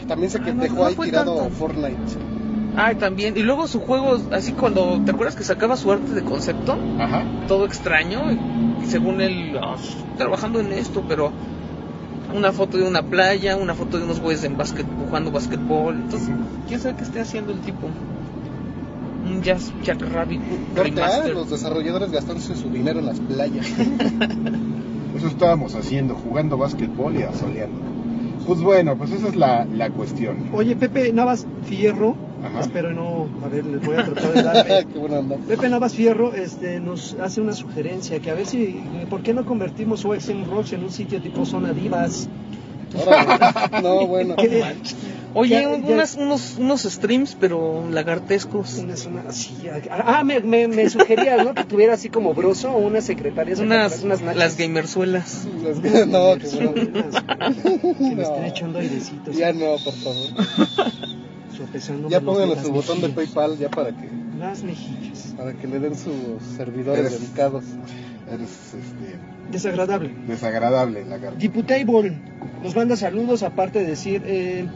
Speaker 4: También se
Speaker 1: Ah,
Speaker 4: que
Speaker 1: no,
Speaker 4: dejó
Speaker 1: no
Speaker 4: ahí
Speaker 1: fue
Speaker 4: tirado
Speaker 1: tanto.
Speaker 4: Fortnite.
Speaker 1: Ah, y también, y luego su juego, así cuando, ¿te acuerdas que sacaba su arte de concepto?
Speaker 3: Ajá.
Speaker 1: Todo extraño, y, y según él, "Ah, trabajando en esto, pero una foto de una playa, una foto de unos güeyes en basquet, jugando basquetbol, entonces, ¿quién sabe qué esté haciendo el tipo? Un Jazz Jack Rabbit
Speaker 4: Corte A,
Speaker 1: remaster.
Speaker 4: ah, los desarrolladores gastándose su dinero en las playas.
Speaker 3: Eso estábamos haciendo, jugando básquetbol y asoleando. Pues bueno, pues esa es la, la cuestión.
Speaker 6: Oye, Pepe Navas Fierro,
Speaker 3: Ajá.
Speaker 6: espero no, a ver, les voy a tratar de dar.
Speaker 4: Qué buena onda.
Speaker 6: Pepe Navas Fierro este, nos hace una sugerencia, que a ver si, ¿por qué no convertimos OXM Rocks en un sitio tipo zona divas?
Speaker 4: Ahora, no, bueno.
Speaker 6: Que-
Speaker 1: Oye,
Speaker 6: Ya-
Speaker 1: un-
Speaker 6: ya-
Speaker 1: unas- unos, unos streams, pero lagartescos.
Speaker 6: Una zona así.
Speaker 5: Ah, Ah, me, me, me sugerías, ¿no? Que tuviera así como broso o una secretaria.
Speaker 1: Unas,
Speaker 5: sacaras unas nachas.
Speaker 1: las gamerzuelas.
Speaker 4: Las- No, que no.
Speaker 6: Que me
Speaker 4: No.
Speaker 6: estén echando airecitos.
Speaker 4: Ya no, por favor.
Speaker 6: Sopesando.
Speaker 4: Ya pónganle su botón de PayPal ya para que
Speaker 6: Las mejillas.
Speaker 4: para que le den sus servidores
Speaker 3: Eres-
Speaker 4: dedicados.
Speaker 3: Eres este,
Speaker 6: Desagradable.
Speaker 3: desagradable, lagarto.
Speaker 6: Diputable nos manda saludos, aparte de decir, eh,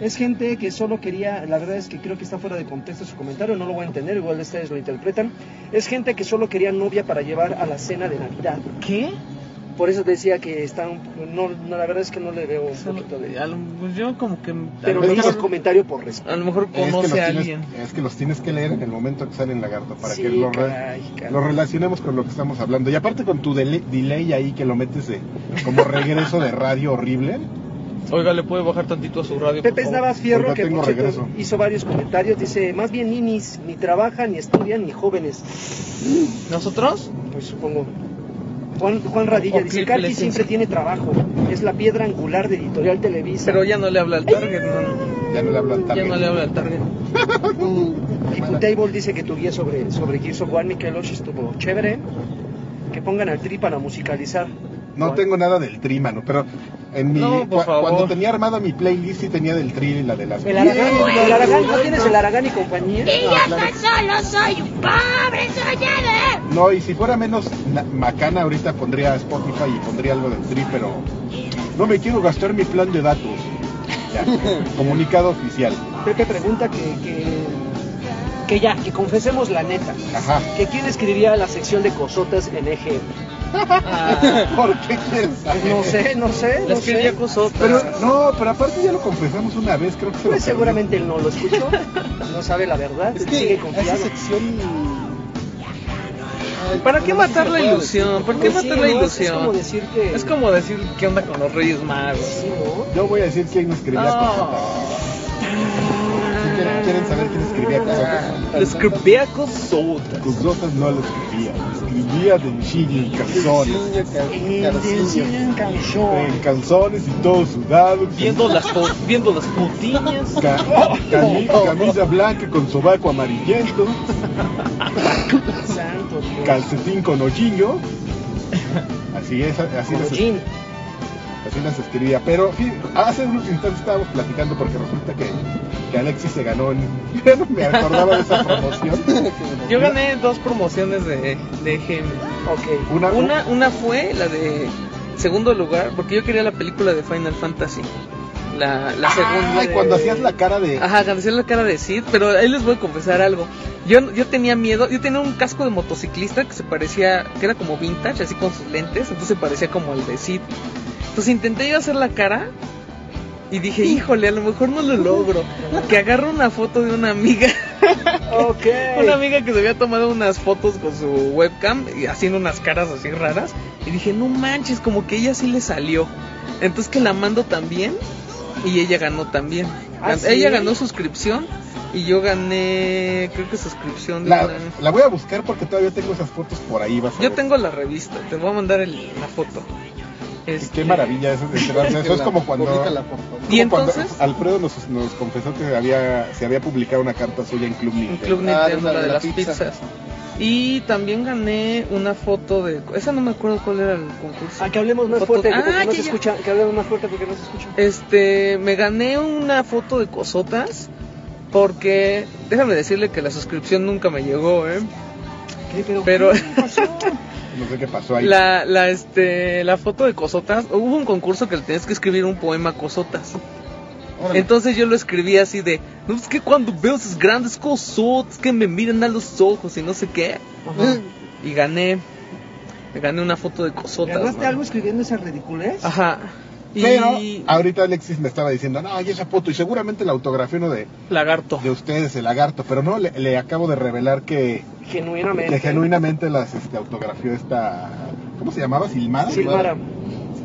Speaker 6: es gente que solo quería, la verdad es que creo que está fuera de contexto su comentario, no lo voy a entender, igual ustedes lo interpretan, es gente que solo quería novia para llevar a la cena de Navidad.
Speaker 1: ¿Qué?
Speaker 6: Por eso decía que está, un- no, no, la verdad es que no le veo un
Speaker 1: Solo-
Speaker 6: poquito de...
Speaker 1: a lo- pues yo como que...
Speaker 6: Pero
Speaker 1: a,
Speaker 6: no
Speaker 1: lo
Speaker 3: es que
Speaker 6: hizo el
Speaker 1: mejor,
Speaker 6: comentario por respeto.
Speaker 1: a lo mejor
Speaker 3: Es que, los
Speaker 1: conoce a alguien.
Speaker 3: tienes, es que los tienes que leer en el momento que salen lagarto para
Speaker 6: Sí,
Speaker 3: que lo, re-
Speaker 6: caray, caray.
Speaker 3: lo relacionemos con lo que estamos hablando. Y aparte con tu dele- delay ahí que lo metes de, como regreso de radio horrible.
Speaker 1: Oiga, ¿le puede bajar tantito a su radio,
Speaker 6: Pepe
Speaker 1: por favor?
Speaker 6: Navas Fierro,
Speaker 3: Oiga,
Speaker 6: que por
Speaker 3: Pues tengo
Speaker 6: cierto,
Speaker 3: regreso.
Speaker 6: hizo varios comentarios, dice, más bien ninis, ni trabajan, ni estudian, ni jóvenes.
Speaker 1: ¿Nosotros?
Speaker 6: Pues supongo. Juan, Juan Radilla
Speaker 1: O
Speaker 6: dice,
Speaker 1: clip
Speaker 6: Karki
Speaker 1: lessons".
Speaker 6: siempre tiene trabajo, es la piedra angular de Editorial Televisa.
Speaker 1: Pero ya no le habla al Target, no,
Speaker 3: Ya no le hablan
Speaker 1: Ya
Speaker 3: tarde.
Speaker 1: no le habla al Target.
Speaker 6: Diputable dice que tu guía sobre, sobre Gears of War, Mikelosh, estuvo chévere. Que pongan al tri para musicalizar.
Speaker 3: No tengo nada del tri, mano, pero en mi,
Speaker 1: No, por
Speaker 3: cua-
Speaker 1: favor.
Speaker 3: cuando tenía armada mi playlist sí tenía del tri y la de las...
Speaker 6: El Aragán, el Aragán, ¿no tienes el Aragán y compañía?
Speaker 7: Y yo tan solo soy un pobre soñador.
Speaker 3: No, y si fuera menos na- macana ahorita pondría Spotify y pondría algo del tri, pero no me quiero gastar mi plan de datos. Ya, comunicado oficial.
Speaker 6: Pepe pregunta que, que, que ya, que confesemos la neta.
Speaker 3: Ajá.
Speaker 6: Que quién escribiría la sección de cosotas en E EGM.
Speaker 3: ¿Por qué quieres saber?
Speaker 6: Ah, pues No sé, no sé,
Speaker 1: La
Speaker 6: no sé.
Speaker 1: escribía cosota.
Speaker 3: Pero no, pero aparte ya lo confesamos una vez, creo que se lo
Speaker 6: Pues
Speaker 3: perdí.
Speaker 6: seguramente él no lo escuchó, no sabe la verdad,
Speaker 4: Es
Speaker 6: sigue
Speaker 4: que esa
Speaker 6: confiado.
Speaker 4: sección. Ay,
Speaker 1: ¿Para qué
Speaker 4: no sé si
Speaker 1: matar
Speaker 4: lo
Speaker 1: la
Speaker 4: puedo
Speaker 1: ilusión? ¿Por qué
Speaker 6: Pues sí,
Speaker 1: matar la
Speaker 6: ¿no? Es- Es como
Speaker 1: ilusión?
Speaker 6: decir que...
Speaker 1: Es como decir, ¿qué onda con los Reyes Magos?
Speaker 6: Sí, ¿no?
Speaker 3: Yo voy a decir quién escribía
Speaker 1: No.
Speaker 3: cosas. ¿Quieren, quieren saber quién escribía cosas?
Speaker 1: Le escribía cosota.
Speaker 3: Cusotas no lo escribía, escribía de chile en
Speaker 4: decir.
Speaker 3: calzones,
Speaker 4: Niño, ca- carcillo.
Speaker 3: en calzones y todo sudado,
Speaker 1: Viendo las, po- viendo las putillas.
Speaker 3: ca- cami- camisa blanca con sobaco amarillento,
Speaker 6: Santo Dios.
Speaker 3: calcetín con hoyillo. Así es, así las,
Speaker 6: Jean.
Speaker 3: así las escribía. Pero fí- hace unos instantes estábamos platicando porque resulta que, que Alexis se ganó. En, ya no me acordaba de esa promoción.
Speaker 1: Yo gané dos promociones de, de GM.
Speaker 6: Ok.
Speaker 3: Una,
Speaker 1: Una, una fue la de segundo lugar, porque yo quería la película de Final Fantasy. La, la segunda.
Speaker 3: Ay,
Speaker 1: de- Ah,
Speaker 3: cuando hacías la cara de.
Speaker 1: Ajá, gané la cara de Sid, pero ahí les voy a confesar algo. Yo, yo tenía miedo, yo tenía un casco de motociclista que se parecía, que era como vintage, así con sus lentes, entonces se parecía como el de Sid. Entonces intenté yo hacer la cara y dije, híjole, a lo mejor no lo logro. Que agarro una foto de una amiga,
Speaker 6: Ok.
Speaker 1: una amiga que se había tomado unas fotos con su webcam y haciendo unas caras así raras. Y dije, no manches, como que ella sí le salió. Entonces que la mando también y ella ganó también.
Speaker 6: ¿Ah,
Speaker 1: Gan-
Speaker 6: sí?
Speaker 1: Ella ganó suscripción y yo gané, creo que suscripción. de
Speaker 3: La,
Speaker 1: una-
Speaker 3: la voy a buscar porque todavía tengo esas fotos por ahí. Vas a
Speaker 1: Yo
Speaker 3: ver.
Speaker 1: tengo la revista, te voy a mandar el- la foto.
Speaker 3: Qué-
Speaker 1: Este,
Speaker 3: Qué maravilla eso, de enterarse. Eso es
Speaker 4: La-
Speaker 3: como cuando.
Speaker 4: corríjala, por favor.
Speaker 1: ¿Y
Speaker 3: como cuando
Speaker 1: entonces?
Speaker 3: Alfredo nos, nos confesó que había, se había publicado una carta suya en Club
Speaker 1: Un
Speaker 3: Nintendo.
Speaker 1: club
Speaker 4: Ah,
Speaker 1: Nintendo, la de, las
Speaker 4: pizza.
Speaker 1: pizzas. Y también gané una foto de... Esa no me acuerdo cuál era el concurso.
Speaker 6: Ah, que hablemos más
Speaker 1: Foto-
Speaker 6: fuerte
Speaker 1: Ah,
Speaker 6: porque no
Speaker 1: que
Speaker 6: se
Speaker 1: ya-
Speaker 6: escucha. Que hablemos más fuerte porque no se escucha.
Speaker 1: Este, me gané una foto de cosotas porque... Déjame decirle que la suscripción nunca me llegó, ¿eh?
Speaker 6: ¿Qué, pero,
Speaker 1: Pero-
Speaker 6: ¿qué pasó?
Speaker 3: No sé qué pasó ahí.
Speaker 1: La, la, este, la foto de cosotas, hubo un concurso que le tenías que escribir un poema a cosotas.
Speaker 3: Órale.
Speaker 1: Entonces yo lo escribí así de, no, es que cuando veo esas grandes cosotas que me miran a los ojos y no sé qué.
Speaker 6: Ajá.
Speaker 1: Y gané, gané una foto de cosotas.
Speaker 6: ¿Ganaste
Speaker 1: ¿no?
Speaker 6: algo ah, escribiendo esa ridiculez?
Speaker 1: Ajá. Y
Speaker 3: Pero ahorita Alexis me estaba diciendo, no, y esa foto, y seguramente la autografió uno de,
Speaker 1: lagarto.
Speaker 3: de ustedes, el lagarto, pero no, le, le acabo de revelar que,
Speaker 6: Genuinamente.
Speaker 3: que genuinamente las este, autografió esta, ¿cómo se llamaba? Silmara.
Speaker 6: Silmara,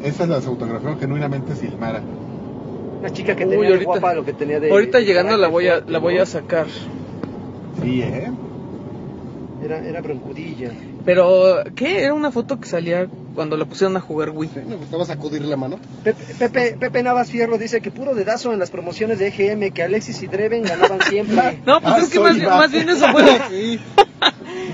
Speaker 3: Esas las autografió genuinamente Silmara.
Speaker 6: una chica que
Speaker 1: Uy,
Speaker 6: tenía de
Speaker 1: ahorita-
Speaker 6: guapa lo que tenía de...
Speaker 1: Ahorita llegando la voy a,
Speaker 6: carácter
Speaker 1: la voy a
Speaker 6: fuerte,
Speaker 1: sacar.
Speaker 3: Sí, ¿eh?
Speaker 6: Era, era broncudilla.
Speaker 1: Pero, ¿qué? Era una foto que salía cuando la pusieron a jugar Wii.
Speaker 4: Bueno, pues te vas a acudir la mano.
Speaker 6: Pepe, Pepe, Pepe Navas Fierro dice que puro dedazo en las promociones de EGM, que Alexis y Dreven ganaban siempre.
Speaker 1: No, pues
Speaker 3: Ah,
Speaker 1: es que
Speaker 3: soy
Speaker 1: más, bien-
Speaker 3: Batman.
Speaker 1: más bien eso fue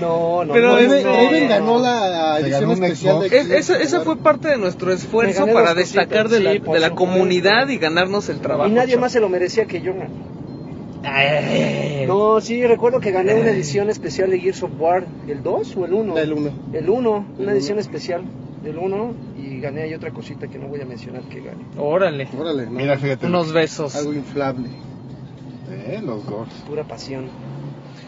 Speaker 1: lo
Speaker 6: No, no,
Speaker 1: Pero
Speaker 6: no,
Speaker 1: es-
Speaker 6: no,
Speaker 4: Oven,
Speaker 1: no,
Speaker 6: no.
Speaker 4: ganó la
Speaker 3: Se
Speaker 4: edición
Speaker 3: ganó un
Speaker 4: especial de
Speaker 3: Xbox.
Speaker 1: Es- Eso, eso fue parte de nuestro esfuerzo
Speaker 6: Me gané
Speaker 1: para
Speaker 6: dos cositas,
Speaker 1: destacar de la,
Speaker 6: sí, por
Speaker 1: de la
Speaker 6: supuesto.
Speaker 1: comunidad y ganarnos el trabajo.
Speaker 6: Y nadie
Speaker 1: chaval.
Speaker 6: más se lo merecía que yo.
Speaker 1: Ay,
Speaker 6: No, sí, recuerdo que gané
Speaker 1: Eh.
Speaker 6: una edición especial de Gears of War, ¿el 2 o el 1?
Speaker 4: El uno.
Speaker 6: El 1,
Speaker 4: El
Speaker 6: una
Speaker 4: uno.
Speaker 6: edición especial del 1 y gané ahí otra cosita que no voy a mencionar que gané.
Speaker 1: Órale,
Speaker 4: Órale, ¿no?
Speaker 3: Mira, fíjate.
Speaker 1: unos besos.
Speaker 4: Algo inflable.
Speaker 3: Eh, los dos.
Speaker 6: Pura pasión.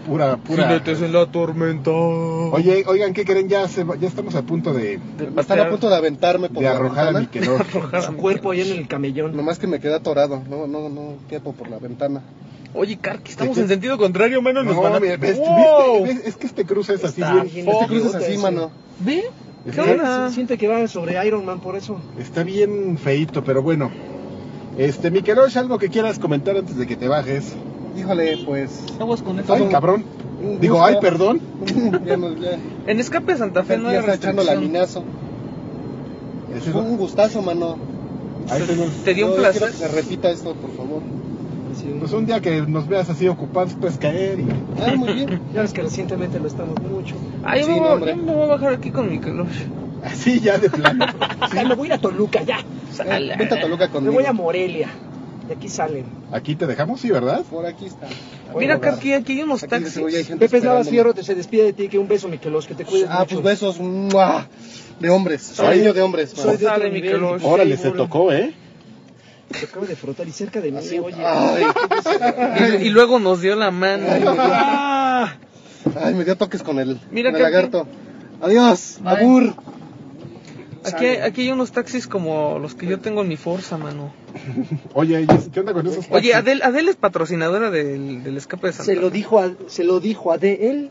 Speaker 3: Pura, pura.
Speaker 1: en la tormenta.
Speaker 3: Oye, oigan, ¿qué creen? Ya, se, va- ya estamos a punto de,
Speaker 4: Estaba a punto de aventarme por
Speaker 3: de
Speaker 4: la
Speaker 3: arrojar a
Speaker 4: ventana.
Speaker 3: Mikelor.
Speaker 6: Su cuerpo ahí en el camellón.
Speaker 4: Nomás que me quedé atorado. No, no, no, tiempo por la ventana.
Speaker 1: Oye, Karki, estamos en sentido contrario, mano. Nos
Speaker 3: No,
Speaker 1: van a...
Speaker 3: mira, ves,
Speaker 1: ¡Wow!
Speaker 3: ves, ves, es que este cruce es así
Speaker 6: Está
Speaker 3: bien.
Speaker 6: bien
Speaker 3: Este cruce
Speaker 4: Cruces
Speaker 3: es así,
Speaker 4: así, mano.
Speaker 1: ¿Ve? ¿Qué
Speaker 3: Ve,
Speaker 1: onda?
Speaker 6: Se siente que va sobre Iron Man por eso.
Speaker 3: Está bien feito, pero bueno. Este, Mikelosh, algo que quieras comentar antes de que te bajes.
Speaker 4: Híjole, pues.
Speaker 1: Aguas con esto.
Speaker 3: Ay, cabrón.
Speaker 4: un
Speaker 3: Digo,
Speaker 4: gusto.
Speaker 3: ay, perdón.
Speaker 4: ya no, ya.
Speaker 1: En Escape de Santa Fe no
Speaker 4: ya
Speaker 1: hay
Speaker 4: está echando
Speaker 1: restricción.
Speaker 4: laminazo.
Speaker 3: Ese
Speaker 4: Fue
Speaker 3: es-
Speaker 4: un gustazo, mano.
Speaker 3: ahí tengo-
Speaker 1: Te dio un
Speaker 4: Yo
Speaker 1: placer.
Speaker 4: quiero que se repita esto, por favor.
Speaker 3: Pues un día que nos veas así ocupados, puedes caer. y-
Speaker 4: Ah, muy bien.
Speaker 6: Ya ves que recientemente lo estamos mucho.
Speaker 1: Ay, yo
Speaker 4: Sí,
Speaker 1: me
Speaker 4: no,
Speaker 1: voy,
Speaker 4: hombre.
Speaker 1: yo me voy a bajar aquí con mi calor.
Speaker 3: Así ya de plano.
Speaker 6: Ya Ah, me voy a ir a Toluca ya.
Speaker 4: Eh, Vete a Toluca
Speaker 6: Me
Speaker 4: conmigo.
Speaker 6: voy a Morelia. De aquí salen.
Speaker 3: Aquí te dejamos, sí, ¿verdad?
Speaker 4: Por aquí está.
Speaker 1: Mira,
Speaker 4: Bueno,
Speaker 1: Karki, aquí hay unos
Speaker 4: aquí de
Speaker 1: taxis.
Speaker 4: seguro ya hay gente
Speaker 6: Pepe Navas
Speaker 4: esperándome.
Speaker 6: Fierro te- se despide de ti. Que un beso, Mikelos. Que te cuides
Speaker 4: Ah,
Speaker 6: mucho.
Speaker 4: pues besos. ¡mua! De hombres. Sueño de hombres. mano.
Speaker 6: Soy de
Speaker 1: Sale,
Speaker 6: otro nivel.
Speaker 1: Mikelos.
Speaker 3: Órale, se tocó, ¿eh?
Speaker 6: Te acabo de frotar y cerca de mí, oye.
Speaker 4: Ay,
Speaker 1: Y, y luego nos dio la mano. Ah,
Speaker 4: ay, me dio toques con el,
Speaker 1: Mira,
Speaker 4: con
Speaker 1: Karki.
Speaker 4: el lagarto. Adiós, abur.
Speaker 1: Aquí, hay- aquí hay unos taxis como los que yo tengo en mi Forza, mano.
Speaker 3: Oye, ¿y ¿qué onda con esos
Speaker 1: Oye,
Speaker 3: taxis?
Speaker 1: Adel, Adel es patrocinadora del, del escape de Santa
Speaker 6: Se lo
Speaker 1: Fe.
Speaker 6: dijo a, se lo dijo a de él.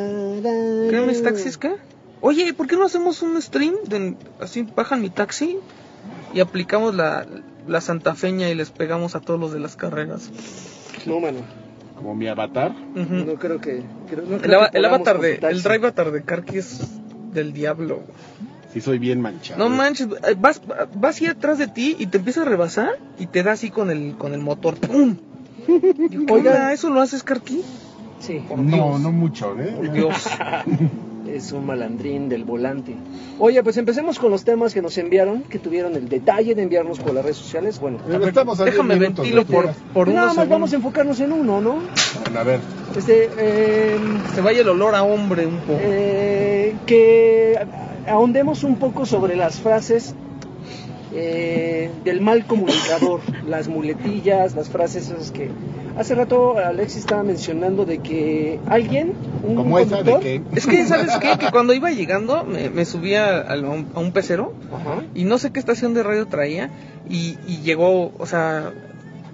Speaker 6: Tararán.
Speaker 1: ¿Qué mis taxis qué? Oye, ¿por qué no hacemos un stream? de- así bajan mi taxi y aplicamos la, la santafeña y les pegamos a todos los de las carreras.
Speaker 6: No, mano.
Speaker 3: Como mi avatar.
Speaker 1: Ujú.
Speaker 6: No creo que. creo- no
Speaker 1: Mm. el,
Speaker 6: creo
Speaker 1: ava-
Speaker 6: que
Speaker 1: el
Speaker 6: podamos
Speaker 1: avatar
Speaker 6: con
Speaker 1: de,
Speaker 6: tu taxi.
Speaker 1: el drive avatar de Karki es del diablo. güey.
Speaker 3: Sí, soy bien manchado.
Speaker 1: No manches, eh, vas, vas ahí atrás de ti y te empieza a rebasar y te da así con el, con el motor. ¡Pum! Oiga,
Speaker 6: Oigan.
Speaker 1: ¿eso lo haces, Karki?
Speaker 6: Sí.
Speaker 3: No, no mucho, ¿eh?
Speaker 1: Por Dios.
Speaker 6: Es un malandrín del volante. Oye, pues empecemos con los temas que nos enviaron, que tuvieron el detalle de enviarnos por las redes sociales. Bueno,
Speaker 3: Estamos a diez
Speaker 1: Déjame
Speaker 3: minutos,
Speaker 1: ventilo
Speaker 3: ¿no?
Speaker 1: por, por
Speaker 6: nada
Speaker 1: unos
Speaker 6: más vamos
Speaker 1: segundos.
Speaker 6: a enfocarnos en uno, ¿no?
Speaker 3: Bueno, a ver.
Speaker 6: Este, em,
Speaker 1: Se vaya el olor a hombre un poco.
Speaker 6: eh, que ahondemos un poco sobre las frases eh, del mal comunicador, las muletillas, las frases esas que... Hace rato Alexis estaba mencionando de que alguien, un
Speaker 3: Como esa de
Speaker 6: conductor-
Speaker 3: que...
Speaker 1: Es que, ¿sabes qué? Que cuando iba llegando, me, me subía a, lo- a un pecero
Speaker 6: Ajá.
Speaker 1: y no sé qué estación de radio traía y, y llegó, o sea,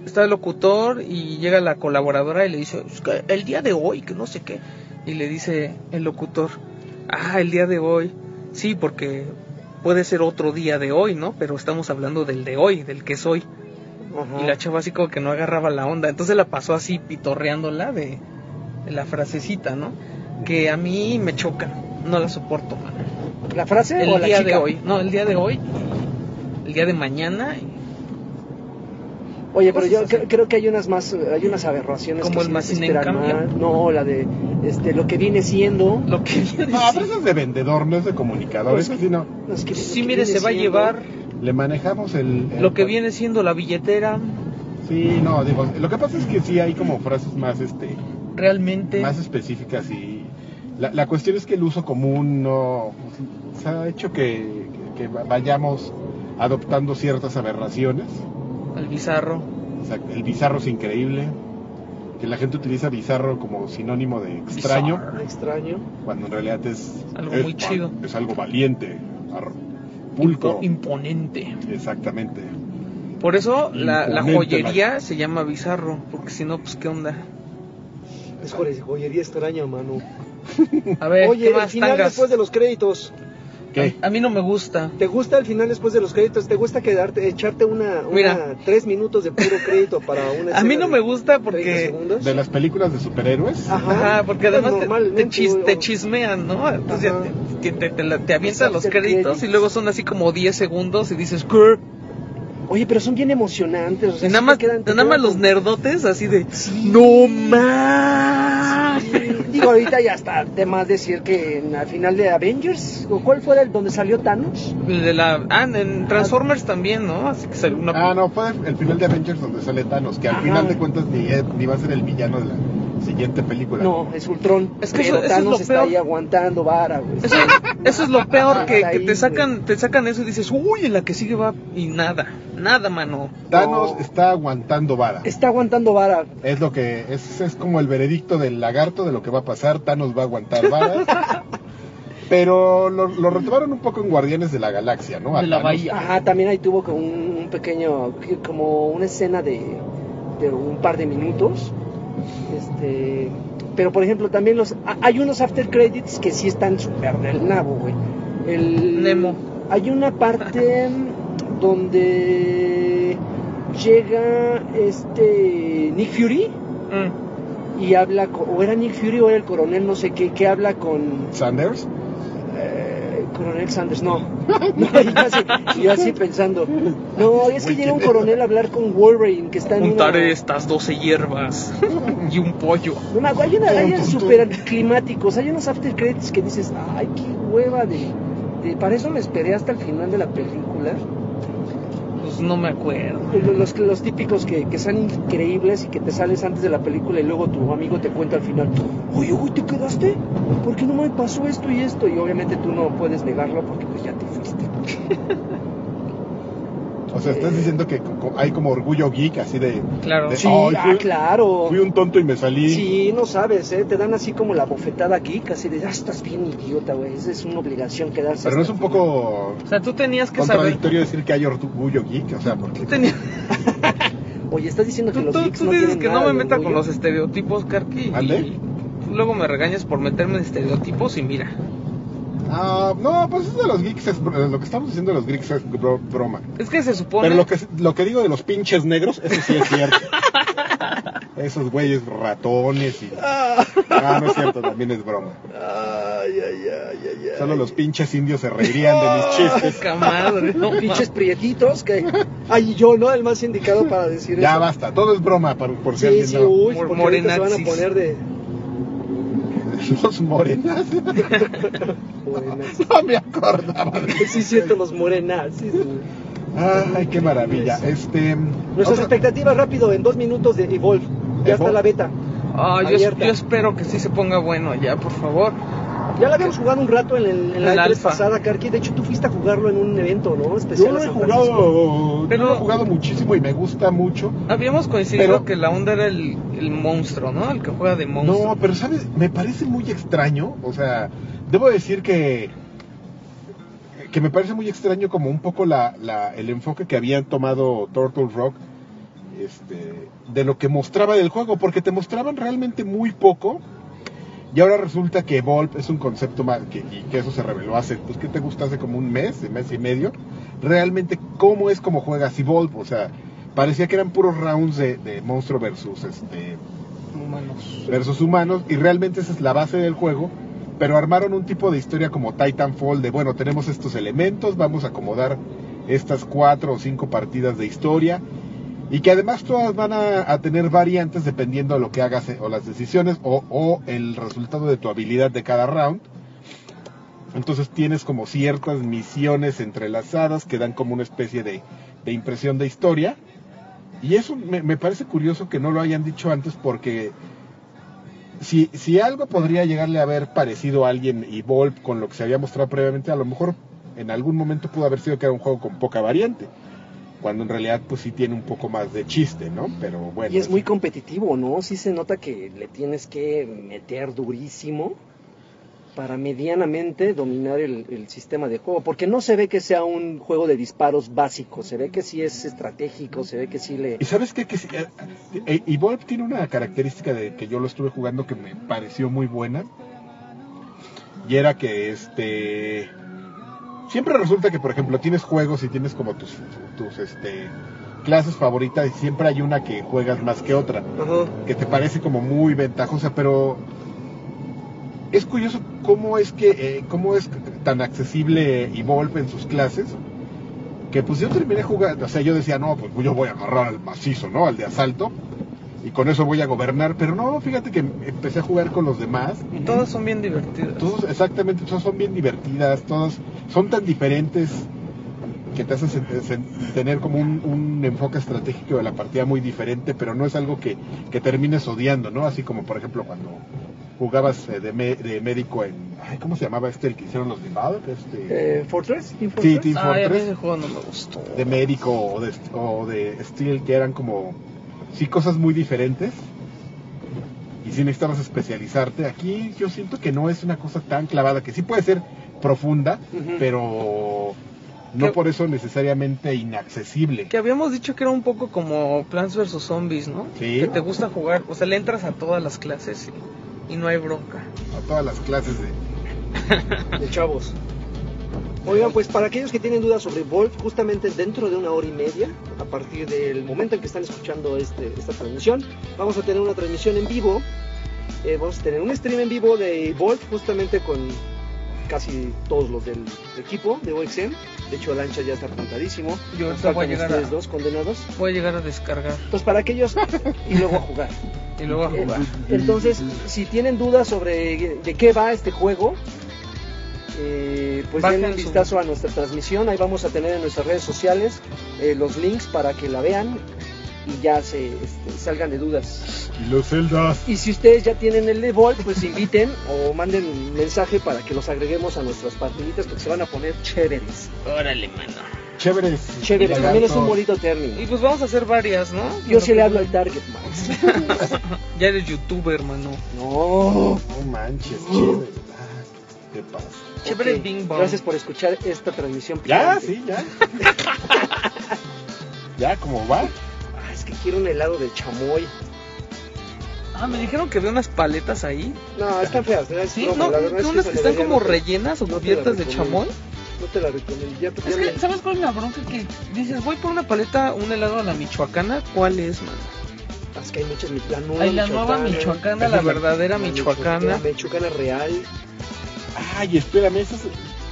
Speaker 1: está el locutor y llega la colaboradora y le dice, "Es que el día de hoy, que no sé qué. Y le dice el locutor, ah, el día de hoy. Sí, porque puede ser otro día de hoy, ¿no? Pero estamos hablando del de hoy, del que soy.
Speaker 6: ajá.
Speaker 1: Y la chava así como que no agarraba la onda. Entonces la pasó así pitorreándola de, de la frasecita, ¿no? Que a mí me choca. No la soporto, man.
Speaker 6: ¿La frase o
Speaker 1: El
Speaker 6: la
Speaker 1: día
Speaker 6: chica?
Speaker 1: de hoy. No, el día de hoy. El día de mañana.
Speaker 6: Oye, pero
Speaker 1: Cosas
Speaker 6: yo
Speaker 1: así.
Speaker 6: cre- creo que hay unas más, eh, hay unas aberraciones.
Speaker 1: Como
Speaker 6: que
Speaker 1: el
Speaker 6: sí
Speaker 1: más sin
Speaker 6: desesperan
Speaker 1: encambio.
Speaker 6: más. No, la de este, lo que viene siendo.
Speaker 1: Lo que viene
Speaker 3: No, pero eso es de vendedor, no es de comunicador.
Speaker 1: Pues
Speaker 3: Eso sí, no.
Speaker 6: las que-
Speaker 1: Sí,
Speaker 6: lo que
Speaker 1: mire,
Speaker 6: viene
Speaker 1: se va a
Speaker 6: siendo.
Speaker 1: llevar
Speaker 3: Le manejamos el... el-
Speaker 1: lo que viene siendo la billetera.
Speaker 3: Sí, no, digo... Lo que pasa es que sí hay como frases más, este...
Speaker 1: Realmente.
Speaker 3: más específicas y la, la cuestión es que el uso común no se ha hecho que, que vayamos adoptando ciertas aberraciones.
Speaker 1: El bizarro.
Speaker 3: O sea, el bizarro es increíble, que la gente utiliza bizarro como sinónimo de extraño,
Speaker 1: Bizarro.
Speaker 6: Extraño.
Speaker 3: cuando en realidad es
Speaker 1: Algo
Speaker 3: es
Speaker 1: muy
Speaker 3: va-
Speaker 1: chido.
Speaker 3: es algo valiente, ar- pulcro,
Speaker 1: impo- imponente.
Speaker 3: exactamente.
Speaker 1: Por eso la, la
Speaker 3: Imponente,
Speaker 1: joyería se llama bizarro. Porque si no, pues qué onda.
Speaker 6: Es joder, joyería extraña, mano.
Speaker 1: A ver,
Speaker 6: Oye,
Speaker 1: ¿qué
Speaker 6: el
Speaker 1: más
Speaker 6: final
Speaker 1: tangas?
Speaker 6: después de los créditos.
Speaker 3: ¿Qué?
Speaker 1: A mí no me gusta.
Speaker 6: ¿Te gusta al final después de los créditos? ¿Te gusta quedarte, echarte una, una-
Speaker 1: Mira.
Speaker 6: tres minutos de puro crédito para una
Speaker 1: A mí no
Speaker 6: escena de
Speaker 1: me gusta
Speaker 6: 30
Speaker 1: porque...
Speaker 6: segundos?
Speaker 3: De las películas de superhéroes.
Speaker 1: Ajá, porque
Speaker 6: Pues
Speaker 1: además te- te,
Speaker 6: normalmente,
Speaker 1: chis-
Speaker 6: güey,
Speaker 1: te
Speaker 6: o-
Speaker 1: chismean, ¿no? Entonces
Speaker 6: Ajá.
Speaker 1: ya te, te, te la- te avientan
Speaker 6: Exacto,
Speaker 1: los créditos
Speaker 6: créditos.
Speaker 1: y luego son así como 10 segundos y dices, "Grr".
Speaker 6: Oye, pero son bien emocionantes. O
Speaker 1: Y
Speaker 6: sea,
Speaker 1: nada
Speaker 6: sí
Speaker 1: más,
Speaker 6: te quedan- te
Speaker 1: nada más
Speaker 6: quedan
Speaker 1: los
Speaker 6: con-
Speaker 1: nerdotes así de, ¡No más!
Speaker 6: Digo, ahorita ya está de más decir que en- al final de Avengers, ¿o cuál fue el donde salió Thanos?
Speaker 1: De la, ah, en Transformers también, ¿no? Así que salió una...
Speaker 3: Ah, no, fue el final de Avengers donde sale Thanos, que al
Speaker 6: Ajá.
Speaker 3: final de cuentas ni, ni va a ser el villano de la siguiente película.
Speaker 6: No, es Ultron.
Speaker 1: Es que eso-
Speaker 6: pero
Speaker 1: eso es
Speaker 6: Thanos
Speaker 1: lo
Speaker 6: está
Speaker 1: peor.
Speaker 6: ahí aguantando vara, güey.
Speaker 1: Eso, eso es
Speaker 6: Ah,
Speaker 1: lo peor, que,
Speaker 6: Hasta
Speaker 1: que
Speaker 6: ahí,
Speaker 1: te
Speaker 6: güey.
Speaker 1: sacan te sacan eso y dices, uy, en la que sigue va... Y nada, nada, mano.
Speaker 3: Thanos
Speaker 6: No.
Speaker 3: está aguantando vara.
Speaker 6: Está aguantando vara.
Speaker 3: Es lo que es, es como el veredicto del lagarto de lo que va a pasar. Thanos va a aguantar vara. Pero lo, lo retomaron un poco en Guardianes de la Galaxia, ¿no? A
Speaker 1: De la
Speaker 3: Thanos.
Speaker 1: bahía.
Speaker 6: Ajá, también ahí tuvo como un, un pequeño, como una escena de, de un par de minutos. Este, pero por ejemplo, también los, ha- hay unos after credits que sí están súper del nabo, güey. El,
Speaker 1: Nemo.
Speaker 6: Hay una parte donde llega este Nick Fury
Speaker 1: Mm.
Speaker 6: y habla, co- o era Nick Fury o era el coronel, no sé qué, que habla con
Speaker 3: Sanders.
Speaker 6: eh, Coronel Sanders, no. No, y yo, así, y yo así pensando. No, es que llega un coronel a hablar con Wolverine que está en una...
Speaker 1: Juntaré estas 12 hierbas y un pollo.
Speaker 6: No, me acuerdo, hay una hay unos super climáticos, hay unos after credits que dices, ay, qué hueva de, de- Para eso me esperé hasta el final de la película.
Speaker 1: Pues no me acuerdo.
Speaker 6: Los, los- los típicos que, que son increíbles y que te sales antes de la película y luego tu amigo te cuenta al final, oye, güey, ¿te quedaste? ¿Por qué no me pasó esto y esto? Y obviamente tú no puedes negarlo porque pues ya te fuiste.
Speaker 3: O sea, estás diciendo que co- co- hay como orgullo geek, así de.
Speaker 1: Claro.
Speaker 3: de,
Speaker 6: Sí,
Speaker 3: "Ay,
Speaker 6: ah,
Speaker 3: fui-
Speaker 6: claro.
Speaker 3: Fui un tonto y me salí.
Speaker 6: Sí, no sabes, ¿eh? te dan así como la bofetada aquí, casi de, ah, estás bien idiota, güey, esa es una obligación quedarse.
Speaker 3: Pero no es
Speaker 6: hasta
Speaker 3: un
Speaker 6: el final.
Speaker 3: poco
Speaker 1: O sea, tú tenías que saber...
Speaker 3: contradictorio decir que hay orgullo geek, o sea, porque.
Speaker 1: Tú tenías...
Speaker 6: Oye, estás diciendo que
Speaker 1: Tú,
Speaker 6: los
Speaker 1: tú-
Speaker 6: geeks
Speaker 1: tú
Speaker 6: no
Speaker 1: dices
Speaker 6: tienen
Speaker 1: que no
Speaker 6: nada
Speaker 1: me
Speaker 6: de
Speaker 1: meta con
Speaker 6: orgullo?
Speaker 1: los estereotipos, Karki. y-
Speaker 3: ¿Ande?
Speaker 1: y Luego me regañas por meterme en estereotipos y mira,
Speaker 3: Ah, no, pues eso de los geeks es br- lo que estamos diciendo de los geeks es bro- broma.
Speaker 1: es que se supone
Speaker 3: Pero lo que, lo que digo de los pinches negros, eso sí es cierto. Esos güeyes ratones y... Ah, no es cierto, también es broma. Solo los pinches indios se reirían de mis chistes.
Speaker 1: poca madre, no
Speaker 6: Pinches prietitos que... Ay, yo, ¿no? El más indicado para decir
Speaker 3: Ya
Speaker 6: eso.
Speaker 3: basta, todo es broma, por, por si
Speaker 6: Sí,
Speaker 3: alguien
Speaker 6: sí,
Speaker 3: no-
Speaker 6: uy,
Speaker 1: Mor-
Speaker 6: porque ahorita se van a
Speaker 1: morenaxis.
Speaker 6: poner de...
Speaker 3: Los morenas.
Speaker 6: morenaxis.
Speaker 3: No me acordaba.
Speaker 6: Sí, siento los morenazis. güey.
Speaker 3: Ay, qué maravilla. Este...
Speaker 6: Nuestras
Speaker 3: otra-
Speaker 6: expectativas rápido, en dos minutos de Evolve. Ya está
Speaker 3: Evolve.
Speaker 6: la beta.
Speaker 1: Ah, yo, es-
Speaker 6: Abierta.
Speaker 1: yo espero que sí se ponga bueno ya, por favor.
Speaker 6: Ya la habíamos jugado un rato en, el, en la
Speaker 1: El
Speaker 6: E3
Speaker 1: alfa.
Speaker 6: pasada, Karki. De hecho, tú fuiste a jugarlo en un evento, ¿no?
Speaker 3: Yo
Speaker 6: Especial
Speaker 3: lo
Speaker 6: a
Speaker 3: he
Speaker 6: San Francisco.
Speaker 3: jugado, yo lo he jugado muchísimo y me gusta mucho.
Speaker 1: Habíamos coincidido
Speaker 3: Pero-
Speaker 1: que la onda era el, el monstruo, ¿no? El que juega de monstruo.
Speaker 3: No, pero sabes, me parece muy extraño, o sea, debo decir que que me parece muy extraño como un poco la, la- el enfoque que habían tomado Turtle Rock este, de lo que mostraba del juego, porque te mostraban realmente muy poco y ahora resulta que Evolve es un concepto más, que, y que eso se reveló hace, pues que te gusta hace como un mes, mes y medio, realmente cómo es como juegas Evolve, o sea, parecía que eran puros rounds de, de monstruo versus este
Speaker 1: Humanos.
Speaker 3: versus humanos y realmente esa es la base del juego, pero armaron un tipo de historia como Titanfall de bueno, tenemos estos elementos, vamos a acomodar estas cuatro o cinco partidas de historia y que además todas van a, a tener variantes dependiendo de lo que hagas eh, o las decisiones o, o el resultado de tu habilidad de cada round. Entonces tienes como ciertas misiones entrelazadas que dan como una especie de, de impresión de historia. Y eso me, me parece curioso que no lo hayan dicho antes porque si, si algo podría llegarle a haber parecido a alguien y Volp con lo que se había mostrado previamente, a lo mejor en algún momento pudo haber sido que era un juego con poca variante, cuando en realidad pues sí tiene un poco más de chiste, ¿no? Pero bueno.
Speaker 6: Y es muy competitivo, ¿no? Sí se nota que le tienes que meter durísimo para medianamente dominar el, el sistema de juego. Porque no se ve que sea un juego de disparos básico. Se ve que sí es estratégico, se ve que sí le...
Speaker 3: ¿Y sabes qué? Que, sí, eh, eh, y Volp tiene una característica de que yo lo estuve jugando que me pareció muy buena. Y era que este siempre resulta que, por ejemplo, tienes juegos y tienes como tus, tus este, clases favoritas y siempre hay una que juegas más que otra,
Speaker 1: Ajá.
Speaker 3: que te parece como muy ventajosa, pero es curioso cómo es que eh, cómo es tan accesible Evolve en sus clases. Que pues yo terminé jugando, o sea, yo decía, no, pues yo voy a agarrar al macizo, ¿no? Al de asalto, y con eso voy a gobernar, pero no, fíjate que empecé a jugar con los demás
Speaker 1: Y todas son bien divertidas.
Speaker 3: todos, exactamente, todas son bien divertidas, todas son tan diferentes que te hacen sen- sen- tener como un, un enfoque estratégico de la partida muy diferente, pero no es algo que, que termines odiando, ¿no? Así como, por ejemplo, cuando jugabas eh, de, mé- de médico en... Ay, ¿Cómo se llamaba este? El que hicieron los de Valve, este...
Speaker 8: Eh, ¿Fortress? ¿Team
Speaker 3: sí,
Speaker 8: Fortress?
Speaker 3: Team
Speaker 1: Ay, a mí
Speaker 3: Fortress
Speaker 1: ese juego no me gustó.
Speaker 3: de médico o de, o de Steel que eran como sí cosas muy diferentes y si necesitabas especializarte aquí yo siento que no es una cosa tan clavada que sí puede ser profunda pero no
Speaker 1: Que-
Speaker 3: por eso necesariamente inaccesible
Speaker 1: Que habíamos dicho que era un poco como Plants vs Zombies, ¿no?
Speaker 3: Sí.
Speaker 1: Que te gusta jugar, o sea, le entras a todas las clases y, y no hay bronca.
Speaker 3: a todas las clases de
Speaker 8: De chavos.
Speaker 6: Oigan, pues para aquellos que tienen dudas sobre Wolf, justamente dentro de una hora y media, a partir del momento en que están escuchando este, esta transmisión, vamos a tener una transmisión en vivo. eh, vamos a tener un stream en vivo de Wolf, justamente con casi todos los del equipo de OXM. De hecho, el ancha ya está plantadísimo.
Speaker 1: Yo
Speaker 6: Nos
Speaker 1: ahorita voy a
Speaker 6: faltan
Speaker 1: llegar
Speaker 6: ustedes
Speaker 1: a-
Speaker 6: dos condenados.
Speaker 1: Voy a llegar a descargar
Speaker 6: Entonces, para aquellos. y luego a jugar.
Speaker 1: y luego a
Speaker 6: Eh,
Speaker 1: jugar.
Speaker 6: Entonces, si tienen dudas sobre de qué va este juego, eh, pues
Speaker 1: Bajen
Speaker 6: den un
Speaker 1: su-
Speaker 6: vistazo a nuestra transmisión. Ahí vamos a tener en nuestras redes sociales eh, los links para que la vean y ya se este, salgan de dudas.
Speaker 3: y los celdas
Speaker 6: Y si ustedes ya tienen el Evolve, pues inviten o manden un mensaje para que los agreguemos a nuestras partiditas porque se van a poner chéveres.
Speaker 1: Órale, mano.
Speaker 3: chéveres
Speaker 6: Chéveres, también es un
Speaker 3: lagartos.
Speaker 6: bonito
Speaker 1: Y
Speaker 6: término.
Speaker 1: pues vamos a hacer varias, ¿no?
Speaker 6: Yo sí le hablo al Target, Max.
Speaker 1: Ya eres youtuber, mano.
Speaker 6: No.
Speaker 3: no manches chéveres Ah, qué pasa
Speaker 1: Chévere
Speaker 6: Ok,
Speaker 1: Bing Bong.
Speaker 6: Gracias por escuchar esta transmisión.
Speaker 3: ya
Speaker 6: picante.
Speaker 3: sí ya ya como va
Speaker 6: Ah, es que quiero un helado de chamoy.
Speaker 1: Ah, me dijeron que había unas paletas ahí.
Speaker 6: No, están feas. ¿verdad? Es
Speaker 1: Sí,
Speaker 6: broma,
Speaker 1: no,
Speaker 6: la verdad es
Speaker 1: ¿no unas
Speaker 6: esa
Speaker 1: que están
Speaker 6: debería
Speaker 1: como
Speaker 6: no te-
Speaker 1: rellenas o
Speaker 6: no te la
Speaker 1: cubiertas de
Speaker 6: recomiendo.
Speaker 1: chamoy.
Speaker 6: No te la recomiendo. Ya, ya
Speaker 1: Es
Speaker 6: me-
Speaker 1: que, ¿sabes cuál es la bronca? Que dices, voy por una paleta, un helado a la michoacana, ¿cuál es, mano?
Speaker 6: es que hay muchas mi- la nueva
Speaker 1: Hay la nueva michoacana, la verdadera
Speaker 6: la
Speaker 1: michoacana,
Speaker 6: La eh. michoacana real.
Speaker 3: ay espérame esas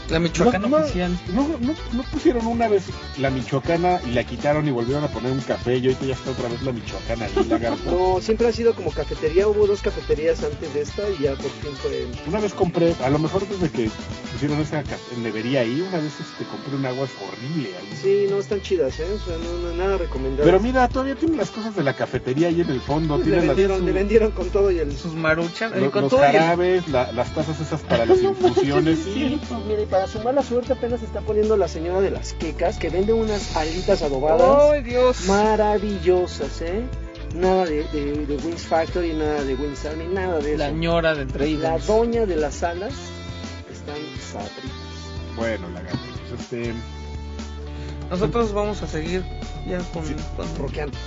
Speaker 1: la michoacana
Speaker 3: No, no,
Speaker 1: oficial.
Speaker 3: No, no, no pusieron una vez la michoacana y la quitaron y volvieron a poner un café y ahorita ya está otra vez la michoacana ahí, lagarto.
Speaker 6: No, siempre ha sido como cafetería. Hubo dos cafeterías antes de esta y ya por fin fue.
Speaker 3: Una vez compré, a lo mejor desde que pusieron esa ca- nevería ahí, una vez este, compré un agua horrible ahí.
Speaker 6: Sí, no están chidas, ¿eh? O sea, no, no nada recomendable. Pues
Speaker 3: Pero mira, todavía tienen las cosas de la cafetería ahí en el fondo,
Speaker 6: le
Speaker 3: tienen las,
Speaker 6: vendieron, le vendieron con todo y el.
Speaker 1: Sus maruchan, eh,
Speaker 3: los,
Speaker 1: con
Speaker 3: los
Speaker 1: todo y el-
Speaker 3: jarabes, la- las tazas esas para las infusiones. sí.
Speaker 6: Pues mire, para su mala suerte apenas está poniendo la señora de las quecas que vende unas alitas adobadas.
Speaker 1: ¡Ay, Dios!
Speaker 6: maravillosas, ¿eh? Nada de, de, de Wings Factory, nada de Wings Army, nada de
Speaker 1: La
Speaker 6: eso.
Speaker 1: ñora de entre
Speaker 6: La
Speaker 1: ellas.
Speaker 6: doña de las alas están sabritas.
Speaker 3: Bueno, lagarto, pues, este,
Speaker 1: Nosotros vamos a seguir ya con...
Speaker 3: Sí.
Speaker 1: con-
Speaker 6: Roqueando.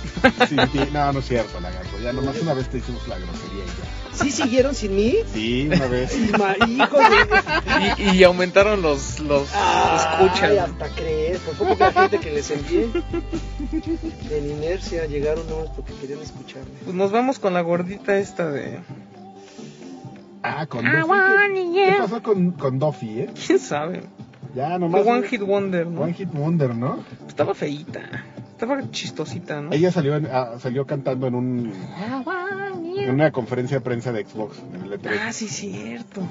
Speaker 3: sin ti- no, no es cierto, lagarto, ya nomás una vez te hicimos la grosería y ya.
Speaker 6: ¿Sí siguieron sin mí?
Speaker 3: Sí, una vez.
Speaker 6: Ma- hijo de...
Speaker 1: Y, y aumentaron los, los
Speaker 6: Ah,
Speaker 1: escuchas.
Speaker 6: Ay, hasta crees. Pues fue poca gente que les envié. De inercia llegaron nomás porque querían escucharme.
Speaker 1: Pues nos vamos con la gordita esta de...
Speaker 3: Ah, con
Speaker 9: I
Speaker 3: Duffy.
Speaker 9: want
Speaker 3: ¿Qué,
Speaker 9: you.
Speaker 3: qué pasó con, con Duffy, eh?
Speaker 1: ¿Quién sabe?
Speaker 3: Ya,
Speaker 1: Fue
Speaker 3: nomás.
Speaker 1: One Hit Wonder, ¿no?
Speaker 3: One Hit Wonder, ¿no?
Speaker 1: Estaba feíta. Estaba chistosita, ¿no?
Speaker 3: Ella salió, en- ah, salió cantando en, un, en una conferencia de prensa de Xbox, en el E3.
Speaker 1: Ah, sí, cierto.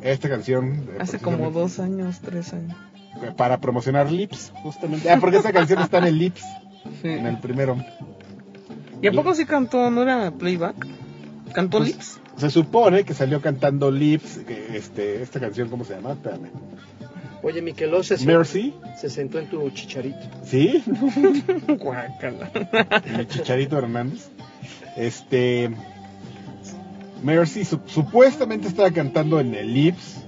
Speaker 3: Esta canción. eh,
Speaker 1: Hace
Speaker 3: precisamente,
Speaker 1: como dos años, tres años.
Speaker 3: eh, Para promocionar Lips, justamente. Ah, porque esta canción está en el Lips,
Speaker 1: Sí.
Speaker 3: en el primero.
Speaker 1: ¿Y a poco sí cantó? ¿No era playback? ¿Cantó
Speaker 3: Pues-
Speaker 1: Lips?
Speaker 3: Se supone que salió cantando Lips, que, este, esta canción, ¿cómo se llama? Espérame.
Speaker 6: Oye, Miqueló se,
Speaker 3: Mercy.
Speaker 6: se sentó en tu chicharito.
Speaker 3: Sí,
Speaker 1: Guácala.
Speaker 3: el Chicharito Hernández. Este. Mercy su- supuestamente estaba cantando en el Lips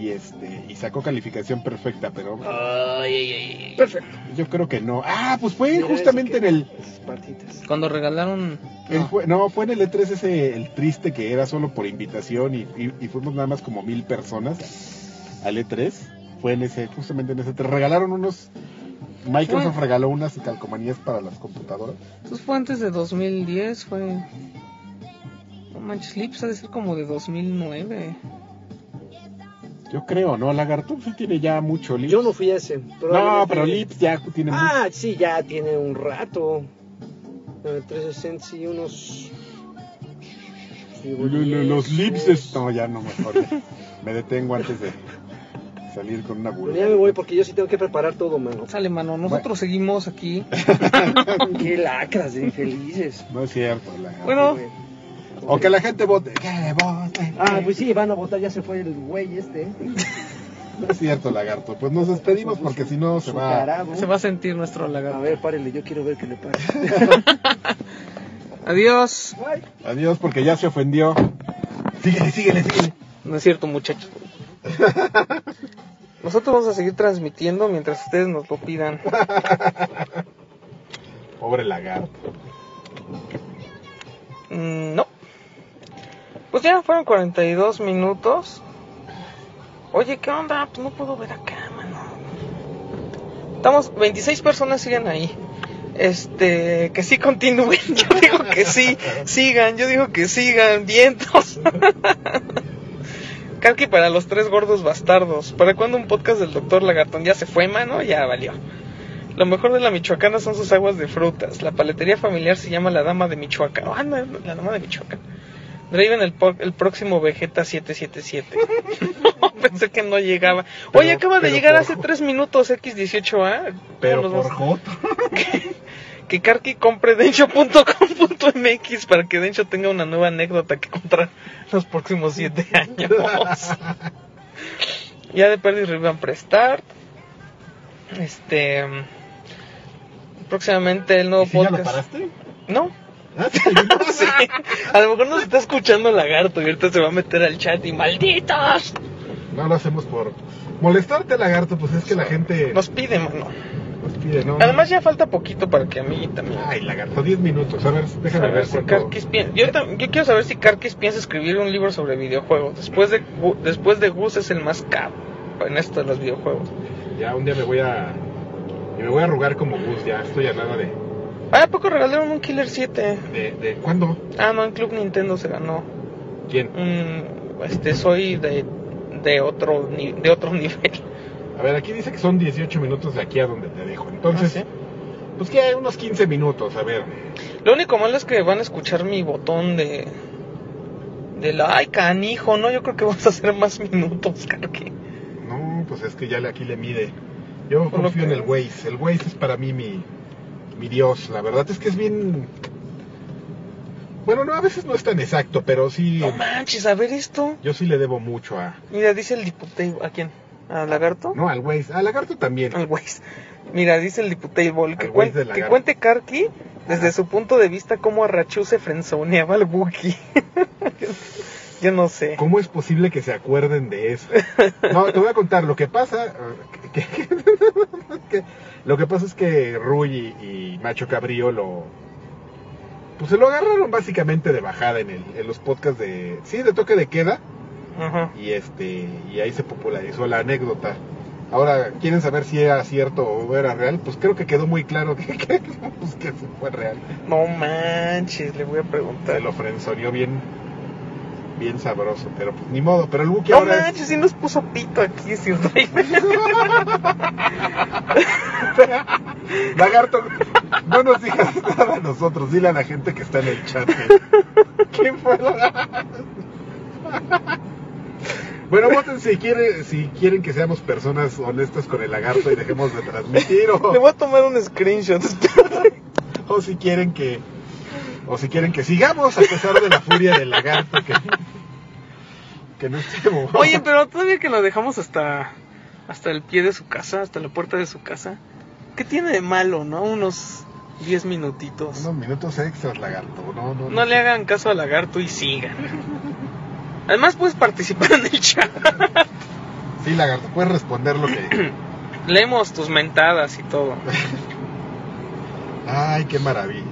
Speaker 3: y este y sacó calificación perfecta, pero
Speaker 1: Perfecto.
Speaker 3: Yo creo que no. Ah, pues fue
Speaker 6: Mira,
Speaker 3: justamente
Speaker 6: ese
Speaker 3: en
Speaker 6: que-
Speaker 3: el,
Speaker 6: Esas partitas.
Speaker 1: Cuando regalaron...
Speaker 3: el jue- No, fue en el E3 ese, el triste que era solo por invitación y, y- y fuimos nada más como mil personas al E3. fue en ese, justamente en ese, te regalaron unos, Microsoft
Speaker 1: Bueno.
Speaker 3: regaló unas calcomanías para las computadoras.
Speaker 1: Entonces fue antes de 2010, fue... No manches, Lips ha de ser como de 2009.
Speaker 3: Yo creo, ¿no? Lagarto sí tiene ya mucho Lips.
Speaker 5: Yo no fui ese.
Speaker 3: No,
Speaker 5: probablemente-
Speaker 3: pero Lips ya tiene mucho.
Speaker 5: Ah, sí, ya tiene un rato. Eh, 360, sí, unos.
Speaker 3: Lo- lo- Los Lips es... No, ya no, mejor. ya. Me detengo antes de salir con una
Speaker 5: Bueno,
Speaker 3: burla.
Speaker 5: ya me voy porque yo sí tengo que preparar todo, mano.
Speaker 1: Sale, mano, nosotros seguimos aquí.
Speaker 6: Ah, Qué lacras de infelices.
Speaker 3: No es cierto, Lagarto.
Speaker 1: Bueno,
Speaker 3: O que la gente vote. Que vote.
Speaker 6: Ah, pues sí, van a votar, ya se fue el güey este.
Speaker 3: No es cierto, Lagarto. Pues nos despedimos porque si no se
Speaker 6: Su
Speaker 3: va.
Speaker 6: carajo.
Speaker 1: se va a sentir nuestro
Speaker 6: A
Speaker 1: lagarto.
Speaker 6: ver, párenle, yo quiero ver qué le pasa.
Speaker 1: Adiós.
Speaker 3: Adiós porque ya se ofendió. Síguele, síguele, síguele.
Speaker 1: No es cierto, muchachos. Nosotros vamos a seguir transmitiendo mientras ustedes nos lo pidan.
Speaker 3: Pobre Lagarto.
Speaker 1: Mm, no. Pues ya fueron 42 minutos. Oye, ¿qué onda? Pues no puedo ver acá, mano. Estamos, 26 personas siguen ahí. Este, que sí continúen. Yo digo que sí, sigan. Yo digo que sigan. Vientos. Carqui para los tres gordos bastardos. ¿Para cuándo un podcast del doctor Lagartón? Ya se fue, mano. Ya valió. Lo mejor de la Michoacana son sus aguas de frutas. La paletería familiar se llama La Dama de Michoacán. Ah, no, la Dama de Michoacán. Draven el, po- el próximo Vegeta 777. No, pensé que no llegaba. Oye,
Speaker 3: Pero-
Speaker 1: acaba de
Speaker 3: pero
Speaker 1: llegar
Speaker 3: por-
Speaker 1: hace tres minutos X18A.
Speaker 3: Pero
Speaker 1: ¿Cómo los
Speaker 3: por
Speaker 1: vas-
Speaker 3: Joto.
Speaker 1: que Karki compre Densho.com.mx para que Densho tenga una nueva anécdota que contar los próximos siete años. ya de Perdi Rivan Prestart. Este. Próximamente el nuevo
Speaker 3: ¿Y si ya lo
Speaker 1: podcast.
Speaker 3: paraste? Ah,
Speaker 1: No. Sí. A lo mejor nos está escuchando Lagarto y ahorita se va a meter al chat y malditos.
Speaker 3: No lo hacemos por molestarte, Lagarto. Pues es que la gente
Speaker 1: Nos pide, mano.
Speaker 3: nos pide, ¿no?
Speaker 1: Además ya falta poquito para que a mí también.
Speaker 3: Ay, Lagarto, 10 minutos. A ver,
Speaker 1: A
Speaker 3: déjame
Speaker 1: ver
Speaker 3: ver
Speaker 1: si
Speaker 3: cuánto.
Speaker 1: Karkis piensa. Yo, tam- yo quiero saber si Karkis piensa escribir un libro sobre videojuegos. Después de, Gu- después de Gus es el más capo en esto de los videojuegos.
Speaker 3: Ya un día me voy a. y Me voy a arrugar como Gus, ya estoy a nada de.
Speaker 1: Ah, ¿a poco regalaron un Killer 7?
Speaker 3: de, de ¿Cuándo?
Speaker 1: Ah, no, en Club Nintendo se ganó.
Speaker 3: ¿Quién?
Speaker 1: Mm, este, soy de, de, otro, ni- de otro nivel.
Speaker 3: A ver, aquí dice que son 18 minutos de aquí a donde te dejo. Entonces,
Speaker 1: Ah,
Speaker 3: pues que hay unos 15 minutos, a ver.
Speaker 1: Lo único malo es que van a escuchar mi botón de... De la, ay, canijo, no, yo creo que vamos a hacer más minutos, Karki.
Speaker 3: No, pues es que ya le- aquí le mide. Yo
Speaker 1: Por lo
Speaker 3: confío en
Speaker 1: que-
Speaker 3: el Waze. El Waze es para mí mi, mi dios. La verdad es que es bien... Bueno, no, a veces no es tan exacto, pero sí...
Speaker 1: No manches, a ver esto.
Speaker 3: Yo sí le debo mucho a...
Speaker 1: Mira, dice el diputado, ¿a quién? ¿A Lagarto?
Speaker 3: No, al Waze. A Lagarto también.
Speaker 1: al Waze. Mira, dice el diputable que,
Speaker 3: Al Waze
Speaker 1: cuen-
Speaker 3: de
Speaker 1: que
Speaker 3: lagarto.
Speaker 1: cuente Karki desde su punto de vista cómo Arrachú se frenzoneaba al Buki. Yo no sé.
Speaker 3: ¿Cómo es posible que se acuerden de eso? No, te voy a contar. Lo que pasa... eh, que- que- que- lo que pasa es que Rui y, y Macho Cabrío lo... Pues se lo agarraron básicamente de bajada en, el- en los podcasts de... Sí, de toque de queda.
Speaker 1: Ajá.
Speaker 3: y este y ahí se popularizó la anécdota. Ahora, ¿quieren saber si era cierto o era real? Pues creo que quedó muy claro que, que, pues, que fue real.
Speaker 1: No manches, le voy a preguntar.
Speaker 3: Se lo frenzoneó bien, bien sabroso, pero pues ni modo. Pero el buque
Speaker 1: No
Speaker 3: ahora es-
Speaker 1: manches, si nos puso pito aquí, si
Speaker 3: Lagarto, no nos digas nada a nosotros, dile a la gente que está en el chat. que- ¿Quién fue la- Bueno, voten si, quiere, si quieren que seamos personas honestas con el lagarto y dejemos de transmitir o...
Speaker 1: Le voy a tomar un screenshot.
Speaker 3: o si quieren que o si quieren que sigamos a pesar de la furia del lagarto que que no estemos
Speaker 1: Oye, pero todavía que lo dejamos hasta hasta el pie de su casa, hasta la puerta de su casa. ¿Qué tiene de malo, no? Unos 10 minutitos.
Speaker 3: unos minutos extras lagarto no no,
Speaker 1: No le hagan caso al lagarto y sigan. Además puedes participar en el chat.
Speaker 3: sí lagarto puedes responder lo que
Speaker 1: Leemos tus mentadas y todo.
Speaker 3: ay qué maravilla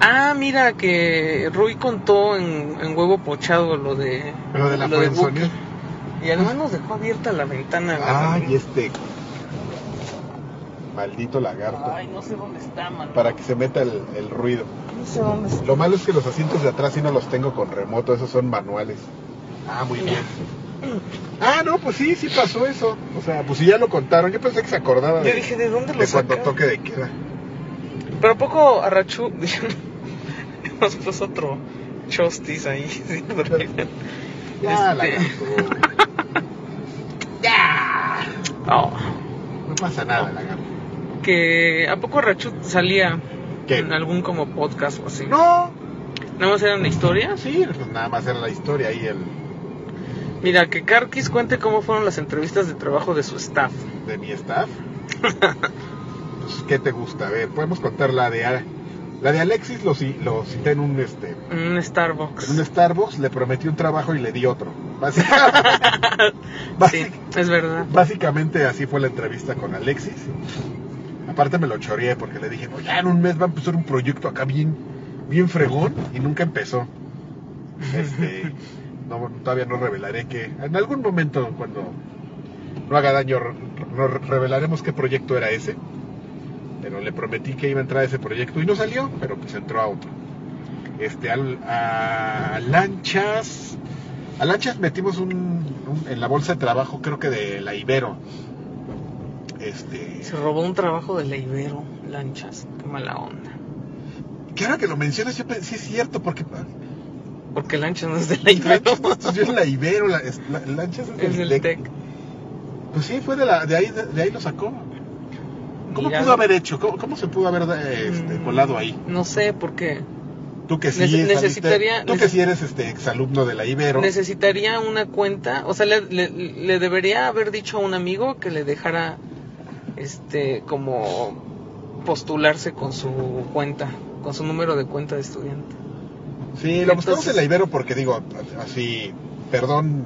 Speaker 1: Ah, mira que Rui contó en, en Huevo Pochado lo de
Speaker 3: lo de la
Speaker 1: Buki.
Speaker 3: friendzone
Speaker 1: Y además nos dejó abierta la ventana. güey,
Speaker 3: Ay,
Speaker 1: también.
Speaker 3: este. Maldito lagarto.
Speaker 1: Ay, no sé dónde está, mano.
Speaker 3: Para que se meta el, el ruido.
Speaker 1: No sé dónde está.
Speaker 3: Lo malo es que los asientos de atrás sí no los tengo con remoto, esos son manuales. Ah, muy bien. Ah, no, pues sí, sí pasó eso. O sea, pues si ya lo contaron, yo pensé que se acordaba
Speaker 1: Yo dije, ¿de dónde lo
Speaker 3: de cuando
Speaker 1: sacaron?
Speaker 3: toque de queda.
Speaker 1: Pero ¿a poco Arrachu nos puso otro chostis ahí. sí, porque-
Speaker 3: Ya,
Speaker 1: Este-
Speaker 3: lagarto.
Speaker 1: No.
Speaker 3: No pasa nada, lagarto.
Speaker 1: Que ¿a poco Arrachu salía
Speaker 3: ¿Qué?
Speaker 1: en algún como podcast o así?
Speaker 3: No,
Speaker 1: ¿Nada más era una historia?
Speaker 3: sí, pues nada más era la historia ahí el
Speaker 1: Mira, que Karkis cuente cómo fueron las entrevistas de trabajo de su staff.
Speaker 3: de mi staff. Pues, ¿qué te gusta? A ver, podemos contar la de Ara- la de Alexis lo, ci- lo cité en un este
Speaker 1: En un Starbucks.
Speaker 3: en un Starbucks, le prometí un trabajo y le di otro. Básica-
Speaker 1: Sí,
Speaker 3: básica-
Speaker 1: es verdad.
Speaker 3: Básicamente así fue la entrevista con Alexis. Aparte me lo choreé porque le dije, no, ya en un mes va a empezar un proyecto acá bien, bien fregón y nunca empezó. Este, no, todavía no revelaré que en algún momento cuando no haga daño re- no re- revelaremos qué proyecto era ese. Pero le prometí que iba a entrar a ese proyecto y no salió, pero pues entró a otro. Este, al- a lanchas a lanchas metimos un, un- en la bolsa de trabajo, creo que de la Ibero. Este,
Speaker 1: Se robó un trabajo de la Ibero, lanchas. Qué mala onda.
Speaker 3: que ahora que lo mencionas, yo pensé, sí es cierto, porque ah,
Speaker 1: Porque lanchas no es de la Ibero.
Speaker 3: lanchas no estudió en la Ibero, la, es- la- lanchas es,
Speaker 1: es
Speaker 3: del
Speaker 1: del
Speaker 3: Tec.
Speaker 1: TEC.
Speaker 3: Pues sí, fue de, la, de, ahí, de, ahí lo sacó. ¿Cómo
Speaker 1: Mira,
Speaker 3: pudo haber hecho? ¿Cómo, cómo se pudo haber eh, este,
Speaker 1: mm,
Speaker 3: colado ahí?
Speaker 1: No sé, porque
Speaker 3: Tú que sí,
Speaker 1: Nece-
Speaker 3: saliste-
Speaker 1: necesitaría-
Speaker 3: tú
Speaker 1: neces-
Speaker 3: que sí eres este, exalumno de la Ibero.
Speaker 1: necesitaría una cuenta. O sea, le, le- le debería haber dicho a un amigo que le dejara, este, como postularse con su cuenta, con su número de cuenta de estudiante.
Speaker 3: Sí, lo buscamos
Speaker 1: Entonces-
Speaker 3: en la Ibero porque digo, así, perdón.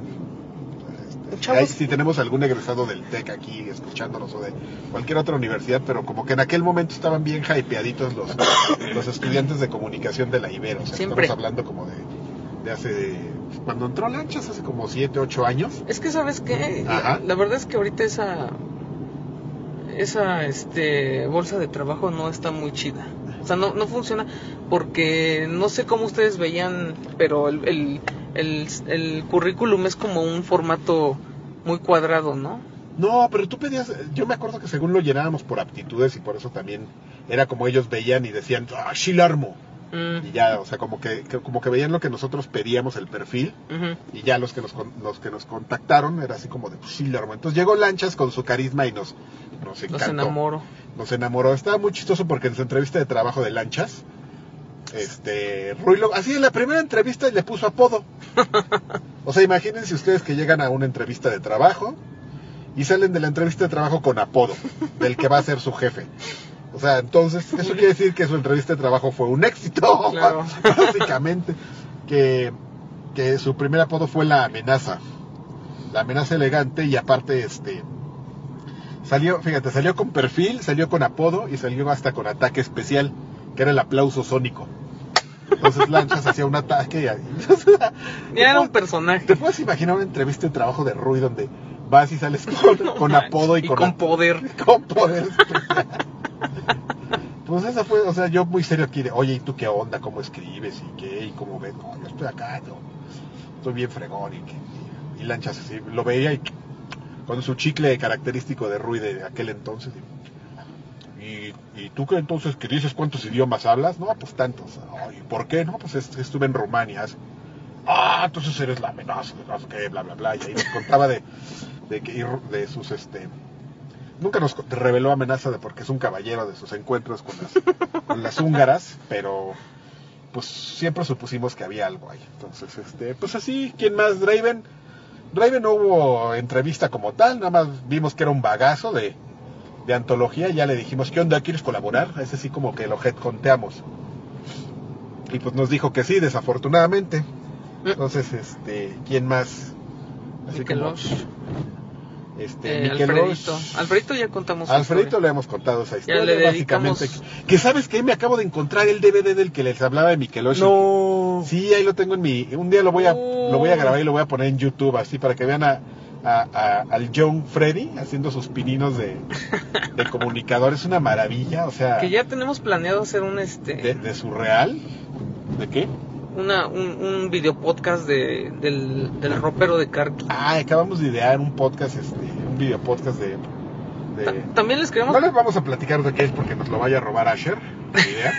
Speaker 3: este,
Speaker 1: Chavos.
Speaker 3: ahí si tenemos algún egresado del TEC aquí escuchándonos o de cualquier otra universidad, pero como que en aquel momento estaban bien hypeaditos los, los estudiantes de comunicación de la Ibero. O sea,
Speaker 1: Siempre.
Speaker 3: estamos hablando como de, de hace. Cuando entró Lanchas hace como 7, 8 años.
Speaker 1: Es que, ¿sabes qué? La,
Speaker 3: Ajá.
Speaker 1: la verdad es que ahorita esa. Esa este, bolsa de trabajo no está muy chida. O sea, no, no funciona porque no sé cómo ustedes veían, pero el, el, el, el currículum es como un formato muy cuadrado, ¿no?
Speaker 3: No, pero tú pedías. Yo me acuerdo que según lo llenábamos por aptitudes y por eso también era como ellos veían y decían, ¡ah, sí la armo!
Speaker 1: Mm,
Speaker 3: Y ya, o sea, como que, que- como que veían lo que nosotros pedíamos, el perfil,
Speaker 1: ujú.
Speaker 3: y ya los que nos, con- los que nos contactaron era así como de pues sí, le armó. Entonces llegó Lanchas con su carisma y nos, nos
Speaker 1: Los
Speaker 3: encantó.
Speaker 1: enamoro.
Speaker 3: Nos enamoró. Estaba muy chistoso porque en su entrevista de trabajo de Lanchas, este, Rui lo- así en la primera entrevista le puso apodo. O sea, imagínense ustedes que llegan a una entrevista de trabajo y salen de la entrevista de trabajo con apodo del que va a ser su jefe. O sea, entonces, eso quiere decir que su entrevista de trabajo fue un éxito,
Speaker 1: Claro.
Speaker 3: básicamente. Que, que su primer apodo fue la amenaza. La amenaza elegante y aparte, este, salió, fíjate, salió con perfil, salió con apodo y salió hasta con ataque especial, que era el aplauso sónico. Entonces Lanchas hacía un ataque y...
Speaker 1: Ya era un personaje.
Speaker 3: ¿Te puedes imaginar una entrevista de trabajo de Rui donde vas y sales con, con apodo y,
Speaker 1: Y
Speaker 3: con,
Speaker 1: con
Speaker 3: at-
Speaker 1: poder.
Speaker 3: con poder? especial? pues esa fue, o sea, yo muy serio aquí de, oye, ¿y tú qué onda? ¿Cómo escribes? ¿Y qué? ¿Y cómo ves? No, yo estoy acá, yo estoy bien fregón y que... Y lanchas así, lo veía y con su chicle característico de Rui de aquel entonces. Y, ¿Y tú qué entonces que dices cuántos idiomas hablas? No, pues tantos. "Ay, ¿Por qué? No, pues es- estuve en Rumania hace ah, entonces eres la amenaza, que no sé qué, bla, bla, bla. Y ahí nos contaba de, de, que ir- de sus, este, nunca nos co- reveló amenaza de porque es un caballero de sus encuentros con las, con las húngaras, pero pues siempre supusimos que había algo ahí. Entonces, este, pues así, ¿quién más? Draven. Draven no hubo entrevista como tal, nada más vimos que era un bagazo de, de antología, ya le dijimos, ¿qué onda? ¿Quieres colaborar? Es así como que lo headconteamos. Y pues nos dijo que sí, desafortunadamente. Entonces, este, ¿quién más? Así como,
Speaker 1: Mikelosh,
Speaker 3: este,
Speaker 1: eh,
Speaker 3: Miquel Roche.
Speaker 1: Alfredito. Alfredito ya contamos. su
Speaker 3: Alfredito
Speaker 1: historia.
Speaker 3: le hemos contado esa historia,
Speaker 1: le dedicamos-
Speaker 3: básicamente. Que, que sabes que me acabo de encontrar el DVD del que les hablaba de Miquelosh.
Speaker 1: No.
Speaker 3: Sí, ahí lo tengo en mi. Un día lo voy a,
Speaker 1: No.
Speaker 3: lo voy a grabar y lo voy a poner en YouTube, así para que vean a, a- a- al John Freddy haciendo sus pininos de, de comunicador. Es una maravilla, o sea,
Speaker 1: Que ya tenemos planeado hacer un este
Speaker 3: de, de surreal. ¿De qué?
Speaker 1: una un, un video podcast de, del, del ropero de Carqui.
Speaker 3: Ah, acabamos de idear un podcast, este, un video podcast de... de-
Speaker 1: Ta- También les queremos
Speaker 3: No les vamos a platicar de qué es porque nos lo vaya a robar Asher, la idea.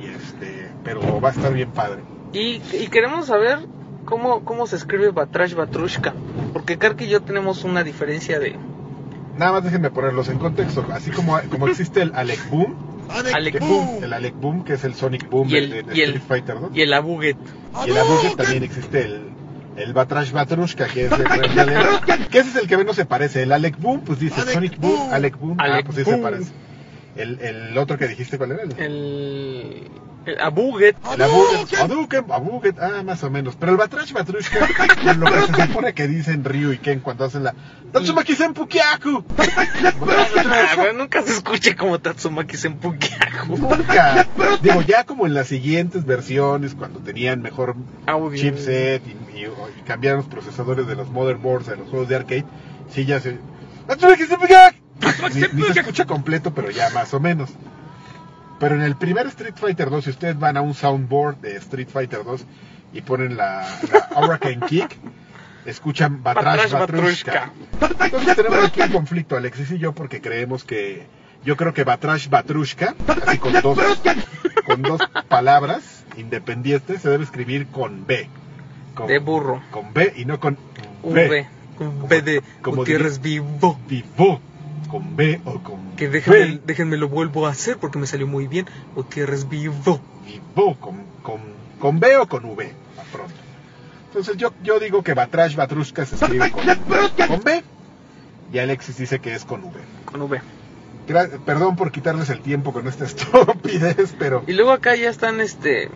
Speaker 3: y este, pero va a estar bien padre.
Speaker 1: y, y queremos saber cómo cómo se escribe Batrash Batrushka, porque Karki y yo tenemos una diferencia de
Speaker 3: Nada más déjenme ponerlos en contexto. Así como, como existe el Alec Boom,
Speaker 1: Alec
Speaker 3: que-
Speaker 1: Boom
Speaker 3: el Alec Boom que es el Sonic Boom
Speaker 1: Y el-
Speaker 3: de, de
Speaker 1: y el-
Speaker 3: Street Fighter 2,
Speaker 1: y el Abuget.
Speaker 3: y el Abuget también existe el, el Batrash Batrushka que es el, en realidad- que ese es el que menos se parece. El Alec Boom, pues dice Sonic Boom, Alec Boom, ah,
Speaker 1: Alec
Speaker 3: pues sí se
Speaker 1: Boom.
Speaker 3: parece. El, el otro que dijiste, ¿cuál era? El,
Speaker 1: El, el Abuget
Speaker 3: El Abuget, Hadouken, Abuget, ah, más o menos. Pero el Batrash Batrushka, con lo que se supone que dicen Ryu y Ken cuando hacen la. ¡Tatsumaki Senpukiaku!
Speaker 1: Ah, güey, nunca se escuche como Tatsumaki Senpukiaku.
Speaker 3: Nunca. Digo, ya como en las siguientes versiones, cuando tenían mejor
Speaker 1: Audio.
Speaker 3: chipset y, y- y cambiaron los procesadores de los motherboards a los juegos de arcade, sí ya se. ¡Tatsumaki Senpukiaku! Ni, ni se escucha completo, pero ya más o menos. Pero en el primer Street Fighter 2, si ustedes van a un soundboard de Street Fighter 2 y ponen la, la Hurricane Kick, escuchan
Speaker 1: Batrash
Speaker 3: Batrash Batrushka. Entonces tenemos aquí un conflicto, Alexis y yo, porque creemos que. Yo creo que Batrash Batrushka, así con dos, con dos palabras independientes, se debe escribir con B. Con,
Speaker 1: De burro.
Speaker 3: Con B y no con
Speaker 1: V. Con B de
Speaker 3: Como
Speaker 1: Gutiérrez Vivo.
Speaker 3: Vivo. Con B o con
Speaker 1: Que
Speaker 3: B.
Speaker 1: déjenme, déjenme lo vuelvo a hacer porque me salió muy bien. Gutiérrez Vivo.
Speaker 3: Vivo, con, con, con B o con V, más pronto. Entonces yo, yo digo que Batrash Batrushka se escribe con, con B y Alexis dice que es con V.
Speaker 1: Con V.
Speaker 3: Gra- perdón por quitarles el tiempo con esta estupidez, pero...
Speaker 1: Y luego acá ya están, este.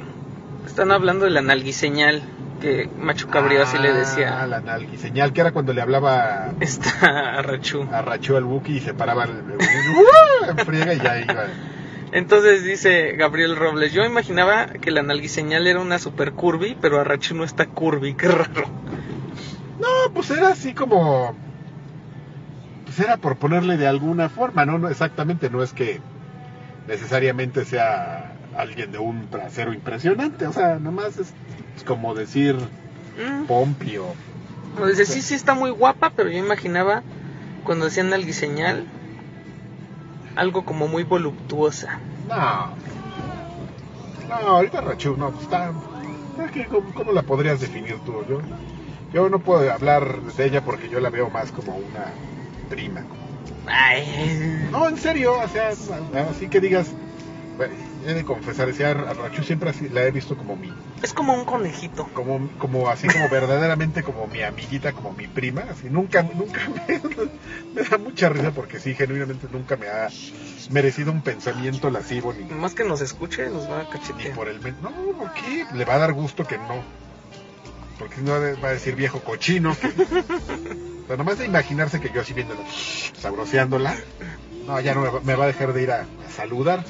Speaker 1: Están hablando de la nalguiseñal. Que Macho Cabrío así le
Speaker 3: Ah,
Speaker 1: decía.
Speaker 3: la nalgui. Señal que era cuando le hablaba
Speaker 1: Está a Rachú.
Speaker 3: a Rachu al Buki y se paraba el... ¡Uh! en friega y ya iba.
Speaker 1: Entonces dice Gabriel Robles: Yo imaginaba que la nalguiseñal era una super curvy, pero a Rachú no está curvy. Qué raro.
Speaker 3: No, pues era así como... Pues era por ponerle de alguna forma, ¿no? no exactamente, no es que necesariamente sea alguien de un trasero impresionante, o sea, nomás es, es como decir
Speaker 1: Mm.
Speaker 3: Pompi o...
Speaker 1: O dice, sí, sí está muy guapa, pero yo imaginaba cuando hacían nalguiseñal algo como muy voluptuosa.
Speaker 3: No. No, ahorita Rachu, no, pues está... es que ¿Cómo, cómo la podrías definir tú? Yo, yo no puedo hablar de ella porque yo la veo más como una prima,
Speaker 1: Ay,
Speaker 3: No, en serio, o sea, así que digas, bueno, he de confesar, decía, a Rachu siempre así, la he visto como mi,
Speaker 1: es como un conejito.
Speaker 3: como, como así, como verdaderamente como mi amiguita, como mi prima, así, nunca, nunca me, me da mucha risa porque sí, genuinamente nunca me ha merecido un pensamiento lascivo ni,
Speaker 1: Más que nos escuche, nos va a
Speaker 3: ni
Speaker 1: cachetear.
Speaker 3: por el, men- no, ¿por qué? Le va a dar gusto que no, porque si no va a decir viejo cochino, que, o sea, nomás de imaginarse que yo así viéndola, sabroseándola, no, ya no me va- me va a dejar de ir a, a saludar.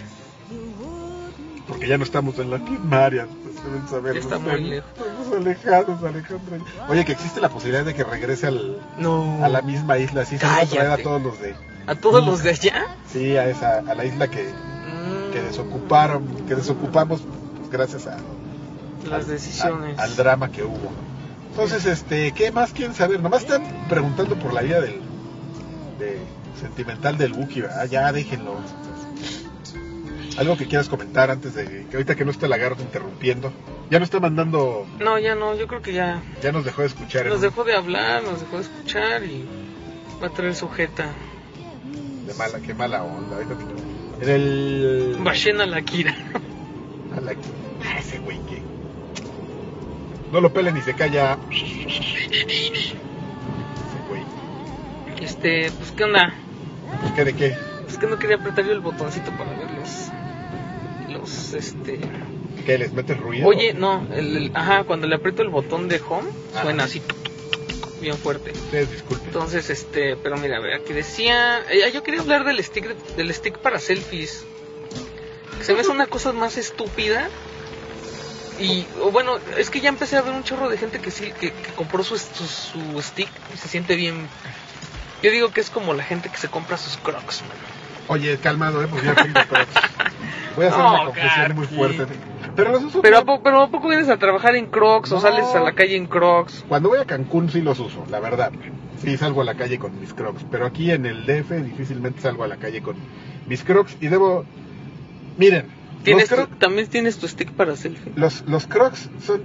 Speaker 3: Porque ya no estamos en la primaria. pues, deben saberlo.
Speaker 1: Ya está muy
Speaker 3: Estamos-
Speaker 1: lejos.
Speaker 3: Estamos alejados, Alejandra. Oye, que existe la posibilidad de que regrese al,
Speaker 1: No.
Speaker 3: a la misma isla. Así se van a traer a
Speaker 1: Cállate.
Speaker 3: todos los de.
Speaker 1: ¿A todos los de allá?
Speaker 3: Sí, a, esa, a la isla que,
Speaker 1: Mm,
Speaker 3: que desocuparon, que desocupamos pues, gracias a,
Speaker 1: las decisiones.
Speaker 3: al drama que hubo. Entonces, este, ¿qué más quieren saber? Nomás están preguntando por la vida del de- sentimental del Buki, ¿verdad? Ya déjenlo. Algo que quieras comentar antes de que ahorita que no está Lagarto interrumpiendo. Ya no está mandando,
Speaker 1: No, ya no, yo creo que ya
Speaker 3: ya nos dejó de escuchar.
Speaker 1: nos
Speaker 3: ¿no?
Speaker 1: dejó de hablar, nos dejó de escuchar y va a traer sujeta.
Speaker 3: De mala, qué mala onda. Ahorita te- En el
Speaker 1: Ballena la Kira.
Speaker 3: a la- a ese güey que no lo pele ni se calla. Ese güey.
Speaker 1: Este, pues qué onda.
Speaker 3: Pues, ¿Qué de qué?
Speaker 1: Es que no quería apretar yo el botoncito para ver los. Los, este.
Speaker 3: ¿Qué les metes ruido?
Speaker 1: Oye, no, el, el- ajá, cuando le aprieto el botón de home,
Speaker 3: Ajá.
Speaker 1: suena así, tuc, tuc, tuc, tuc, bien fuerte.
Speaker 3: Ustedes disculpen.
Speaker 1: Entonces, este, pero mira, a ver, aquí decía. eh, yo quería hablar del stick, de- del stick para selfies. Se me hace una cosa más estúpida Y o bueno, es que ya empecé a ver un chorro de gente que sí, que, que compró su, su, su stick y se siente bien. Yo digo que es como la gente que se compra sus crocs, man.
Speaker 3: Oye, calmado, ¿eh? Porque ya tengo crocs. Voy a hacer
Speaker 1: No,
Speaker 3: una confesión muy
Speaker 1: Karki.
Speaker 3: fuerte. Pero los uso.
Speaker 1: Pero a,
Speaker 3: todo.
Speaker 1: po- pero ¿a poco vienes a trabajar en crocs o
Speaker 3: No.
Speaker 1: sales a la calle en crocs?
Speaker 3: Cuando voy a Cancún sí los uso, la verdad. Sí salgo a la calle con mis crocs, pero aquí en el DF difícilmente salgo a la calle con mis crocs y debo... Miren, los,
Speaker 1: ¿Tienes tu-
Speaker 3: cro-
Speaker 1: también tienes tu stick para selfie.
Speaker 3: los, los crocs son,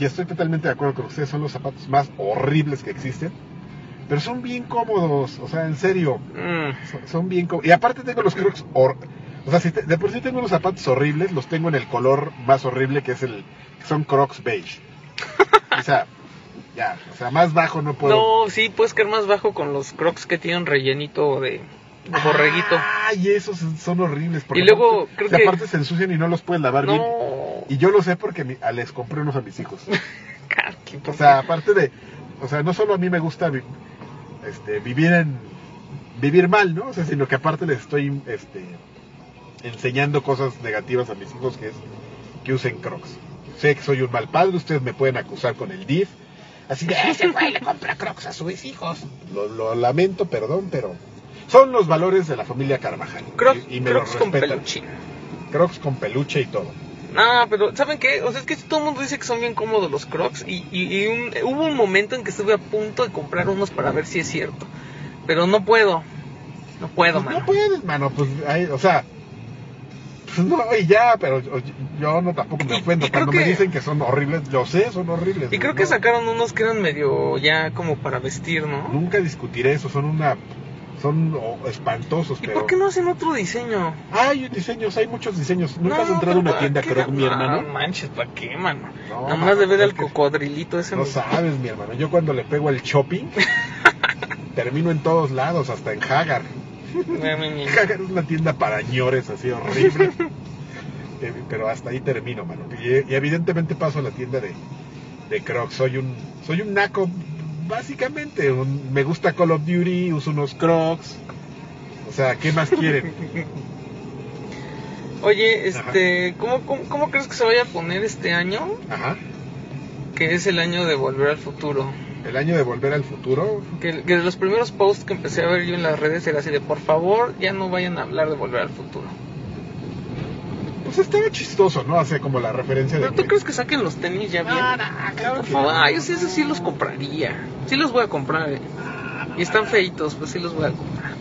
Speaker 3: y estoy totalmente de acuerdo con ustedes, son los zapatos más horribles que existen, pero son bien cómodos, o sea, en serio,
Speaker 1: Mm.
Speaker 3: son, son bien cómodos. Y aparte tengo los crocs... hor- o sea, si te- de por sí tengo unos zapatos horribles, los tengo en el color más horrible que es el... que son crocs beige. O sea, ya, o sea, más bajo no puedo...
Speaker 1: No, sí, puedes caer más bajo con los crocs que tienen rellenito de de borreguito.
Speaker 3: Ay, esos son horribles. porque
Speaker 1: Y luego,
Speaker 3: aparte-
Speaker 1: creo
Speaker 3: si
Speaker 1: que-
Speaker 3: aparte se ensucian y no los puedes lavar bien.
Speaker 1: No,
Speaker 3: Y yo lo sé porque mi- a- les compré unos a mis hijos.
Speaker 1: Karki,
Speaker 3: O
Speaker 1: por
Speaker 3: sea, aparte de... O sea, no solo a mí me gusta vi- este, vivir en... Vivir mal, ¿no? O sea, sino que aparte les estoy este, enseñando cosas negativas a mis hijos que es que usen crocs. Sé que soy un mal padre, ustedes me pueden acusar con el DIF. Así que ese güey le compra crocs a sus hijos. Lo, lo lamento, perdón, pero son los valores de la familia Carvajal.
Speaker 1: Crocs,
Speaker 3: y, y me
Speaker 1: crocs
Speaker 3: los
Speaker 1: con
Speaker 3: respetan.
Speaker 1: peluchín.
Speaker 3: Crocs con peluche y todo.
Speaker 1: No, pero ¿saben qué? O sea, es que todo el mundo dice que son bien cómodos los Crocs y, y- y un- hubo un momento en que estuve a punto de comprar unos para ver si es cierto. Pero no puedo. No puedo,
Speaker 3: Pues
Speaker 1: mano.
Speaker 3: no puedes, mano. Pues, ay, o sea, pues no, y ya, pero o- yo no tampoco me
Speaker 1: Y-
Speaker 3: ofendo.
Speaker 1: y creo
Speaker 3: Cuando me
Speaker 1: que-
Speaker 3: dicen que son horribles, yo sé, son horribles.
Speaker 1: Y creo
Speaker 3: ¿no?
Speaker 1: que sacaron unos que eran medio ya como para vestir, ¿no?
Speaker 3: Nunca discutiré eso, son una... Son oh, espantosos,
Speaker 1: ¿Y
Speaker 3: pero...
Speaker 1: por qué no hacen otro diseño?
Speaker 3: Hay diseños, hay muchos diseños. Nunca has
Speaker 1: No, pero
Speaker 3: entrado a una
Speaker 1: ¿para
Speaker 3: tienda
Speaker 1: qué?
Speaker 3: Croc, mi
Speaker 1: No,
Speaker 3: hermano.
Speaker 1: manches, ¿para qué, mano?
Speaker 3: No,
Speaker 1: Nada más
Speaker 3: mano,
Speaker 1: de ver al
Speaker 3: es que-
Speaker 1: cocodrilito ese.
Speaker 3: No
Speaker 1: me-
Speaker 3: sabes, mi hermano. Yo cuando le pego al shopping, termino en todos lados, hasta en Hagar.
Speaker 1: me- me- me-
Speaker 3: Hagar es una tienda para ñores, así horrible. Eh, Pero hasta ahí termino, mano. Y, y evidentemente paso a la tienda de, de Crocs. Soy un, soy un naco, básicamente. Un- me gusta Call of Duty, uso unos Crocs. O sea, ¿qué más quieren?
Speaker 1: Oye, este, ¿cómo, cómo, cómo crees que se vaya a poner este año?
Speaker 3: Ajá.
Speaker 1: Que es el año de volver al futuro.
Speaker 3: El año de volver al futuro,
Speaker 1: Que, que de los primeros posts que empecé a ver yo en las redes era así de por favor ya no vayan a hablar de volver al futuro.
Speaker 3: Pues estaba chistoso, ¿no? Hace como la referencia de.
Speaker 1: ¿Pero tú crees que saquen los tenis ya bien?
Speaker 3: claro
Speaker 1: Por favor, ay, yo sí, esos sí los compraría. Sí los voy a comprar. eh. Y están feitos, pues sí los voy a comprar.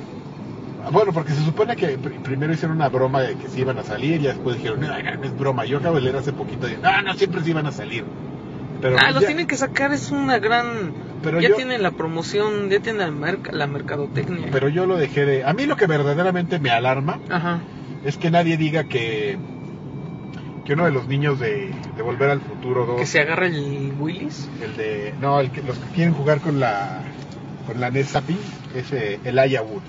Speaker 3: Ah, Bueno, porque se supone que pr- primero hicieron una broma de que se iban a salir y después dijeron, "Ay, no es broma. Yo acabo de leer hace poquito de, no, no, siempre se iban a salir. Pero
Speaker 1: ah, los
Speaker 3: ya-
Speaker 1: tienen que sacar, es una gran...
Speaker 3: Pero
Speaker 1: ya
Speaker 3: yo-
Speaker 1: tienen la promoción, ya tienen la, merca- la mercadotecnia.
Speaker 3: Pero yo lo dejé de. A mí lo que verdaderamente me alarma
Speaker 1: Ajá.
Speaker 3: es que nadie diga que. Que uno de los niños de, de Volver al Futuro 2.
Speaker 1: Que se agarra el Willis.
Speaker 3: El de. No, el que, los que quieren jugar con la. Con la Nesapi, es eh, el Ayawood.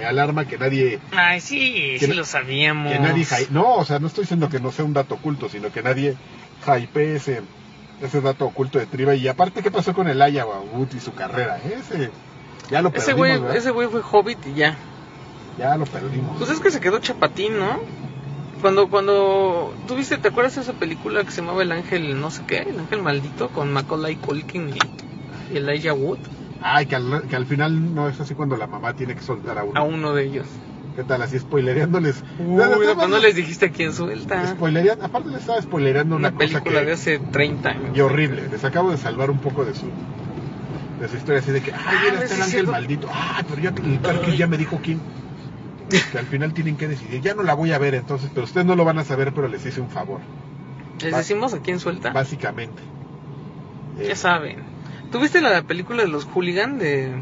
Speaker 3: Me alarma que nadie.
Speaker 1: Ay, sí,
Speaker 3: Que
Speaker 1: sí
Speaker 3: na-
Speaker 1: lo sabíamos.
Speaker 3: Que nadie hy- No, o sea, no estoy diciendo que no sea un dato oculto, sino que nadie hype ese, ese dato oculto de Triba. Y aparte, ¿qué pasó con el Aya Wood y su carrera? Ese, ya lo
Speaker 1: Ese
Speaker 3: perdimos,
Speaker 1: güey,
Speaker 3: ¿verdad?
Speaker 1: ese güey fue hobbit y ya.
Speaker 3: Ya lo perdimos.
Speaker 1: Pues es que se quedó chapatín, ¿no? Cuando, cuando, ¿tuviste, te acuerdas de esa película que se llamaba El Ángel, no sé qué, El Ángel Maldito, con Macaulay Culkin y, y Elijah Wood,
Speaker 3: Ay, que al, que al final no es así cuando la mamá tiene que soltar a uno.
Speaker 1: a uno de ellos?
Speaker 3: ¿Qué tal? Así spoilereándoles.
Speaker 1: Uy,
Speaker 3: No, no,
Speaker 1: pero
Speaker 3: no,
Speaker 1: no
Speaker 3: no.
Speaker 1: les dijiste a quién suelta.
Speaker 3: Spoilerean- aparte le estaba spoilereando una,
Speaker 1: Una
Speaker 3: cosa
Speaker 1: película
Speaker 3: que-
Speaker 1: de hace 30 años.
Speaker 3: y horrible. Les acabo de salvar un poco de su de su historia así de que, ay,
Speaker 1: Ah,
Speaker 3: mira, está
Speaker 1: sí,
Speaker 3: el ángel
Speaker 1: cierto.
Speaker 3: maldito. Ah, pero ya el Karki ya me dijo quién. Que al final tienen que decidir. Ya no la voy a ver entonces, pero ustedes no lo van a saber, pero les hice un favor,
Speaker 1: ¿Les
Speaker 3: Va-
Speaker 1: decimos a quién suelta?
Speaker 3: básicamente. Eh,
Speaker 1: Ya saben. ¿Tuviste la, película de los hooligan de,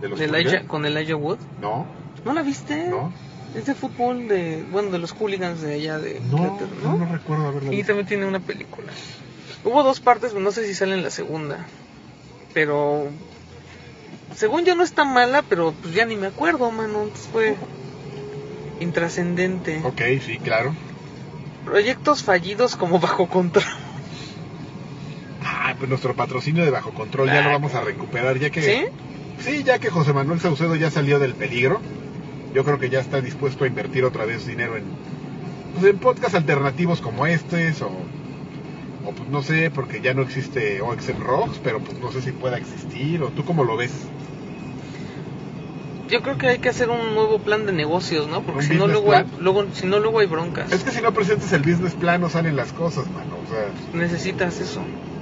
Speaker 3: ¿De los
Speaker 1: de
Speaker 3: Hooligans?
Speaker 1: Elijah- con Elijah Wood?
Speaker 3: No,
Speaker 1: ¿No la viste?
Speaker 3: no,
Speaker 1: Es de fútbol de, bueno, de los hooligans de allá de
Speaker 3: no,
Speaker 1: Inglaterra,
Speaker 3: no, no recuerdo haberla
Speaker 1: Y
Speaker 3: visto.
Speaker 1: también tiene una película. Hubo dos partes, no sé si sale en la segunda. Pero. Según yo no está mala, pero pues ya ni me acuerdo, mano. Entonces fue. Intrascendente.
Speaker 3: Ok, sí, claro.
Speaker 1: Proyectos fallidos como bajo control.
Speaker 3: Ah, pues nuestro patrocinio de Bajo Control ya lo vamos a recuperar, ya que...
Speaker 1: ¿Sí?
Speaker 3: Sí, ya que José Manuel Saucedo ya salió del peligro, yo creo que ya está dispuesto a invertir otra vez dinero en, pues, en podcasts alternativos como este o, o pues no sé, porque ya no existe OXM Rocks, pero pues no sé si pueda existir, o tú cómo lo ves.
Speaker 1: Yo creo que hay que hacer un nuevo plan de negocios, ¿no? Porque
Speaker 3: ¿Un
Speaker 1: si no,
Speaker 3: business
Speaker 1: luego hay,
Speaker 3: plan?
Speaker 1: luego, si no, luego hay broncas.
Speaker 3: Es que si no presentas el business plan no salen las cosas, mano, o sea...
Speaker 1: Necesitas eso.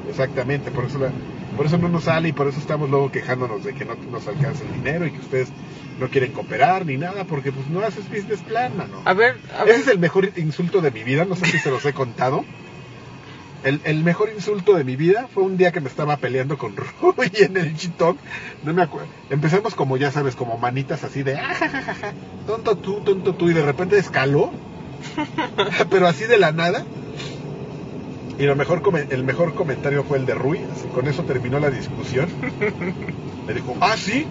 Speaker 3: Exactamente, por eso, la- por eso no nos sale y por eso estamos luego quejándonos de que no nos alcanza el dinero y que ustedes no quieren cooperar ni nada, porque pues no haces business plan, mano.
Speaker 1: A ver, a ver.
Speaker 3: Ese es el mejor insulto de mi vida, no sé si se los he contado. El, el mejor insulto de mi vida fue un día que me estaba peleando con Rui en el chitón. No me acuerdo. Empezamos como, ya sabes, como manitas así de "Ah, ja, ja, ja, ja, tonto tú, tonto tú, y de repente escaló, pero así de la nada. Y lo mejor, come- el mejor comentario fue el de Rui, así, con eso terminó la discusión. Me dijo, ah, sí,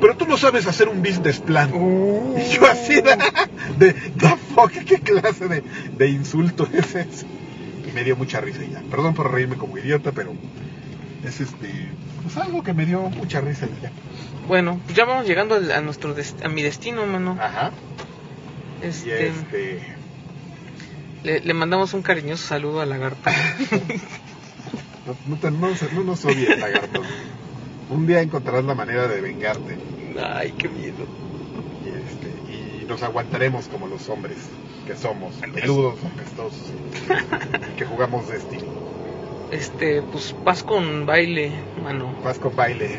Speaker 3: pero tú no sabes hacer un business plan. Y yo así de, de "The fuck, ¿qué clase de, de insulto es ese? Y me dio mucha risa y ya. Perdón por reírme como idiota, pero es este, pues algo que me dio mucha risa y ya.
Speaker 1: Bueno, pues ya vamos llegando al- a nuestro dest- a mi destino, mano.
Speaker 3: Ajá. Ah, Y
Speaker 1: Este,
Speaker 3: este,
Speaker 1: le, le mandamos un cariñoso saludo a Lagarta.
Speaker 3: no, pues, no, te- no, se- no nos odies, lagarto. Un día encontrarás la manera de vengarte
Speaker 1: Ay, qué miedo.
Speaker 3: y, este, y nos aguantaremos como los hombres que somos, peludos, apestosos, y que jugamos Destiny.
Speaker 1: Este, pues paz con baile, mano.
Speaker 3: Paz con baile.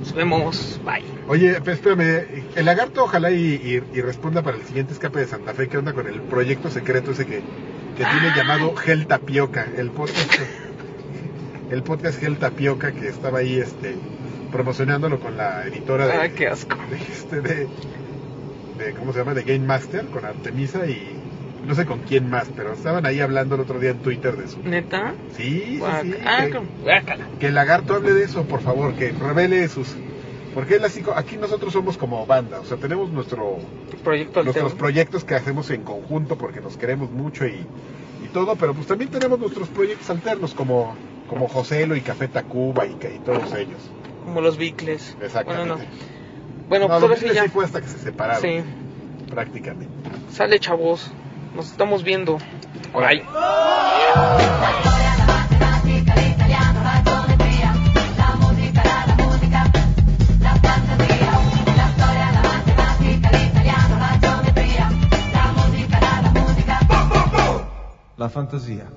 Speaker 1: Nos vemos. Bye.
Speaker 3: Oye, pues, espérame, el lagarto ojalá y, y- y responda para el siguiente escape de Santa Fe, ¿qué onda con el proyecto secreto ese que, que tiene llamado Gel Tapioca? El podcast, el podcast Gel Tapioca que estaba ahí este, promocionándolo con la editora de,
Speaker 1: Ay, Ah, qué asco.
Speaker 3: de este, de- de, ¿cómo se llama? De Game Master, con Artemisa y no sé con quién más, pero estaban ahí hablando el otro día en Twitter de su...
Speaker 1: ¿Neta?
Speaker 3: Sí, sí, sí,
Speaker 1: Guac- ah,
Speaker 3: que-
Speaker 1: que- guácala.
Speaker 3: que el lagarto hable de eso, por favor, que revele sus... Porque él así, co- aquí nosotros somos como banda, o sea, tenemos nuestro,
Speaker 1: Proyecto
Speaker 3: nuestros
Speaker 1: alterno.
Speaker 3: proyectos que hacemos en conjunto porque nos queremos mucho y, y todo, pero pues también tenemos nuestros proyectos alternos como, como Joselo y Café Tacuba y, que- y todos ellos.
Speaker 1: Como los bicles. Bueno,
Speaker 3: Exactamente.
Speaker 1: no. Bueno,
Speaker 3: No,
Speaker 1: pues ahora
Speaker 3: los
Speaker 1: sí
Speaker 3: Beatles
Speaker 1: ya.
Speaker 3: sí fue hasta que se separaron,
Speaker 1: Sí.
Speaker 3: prácticamente.
Speaker 1: Sale, chavos. Nos estamos viendo. Bye.
Speaker 9: La fantasia.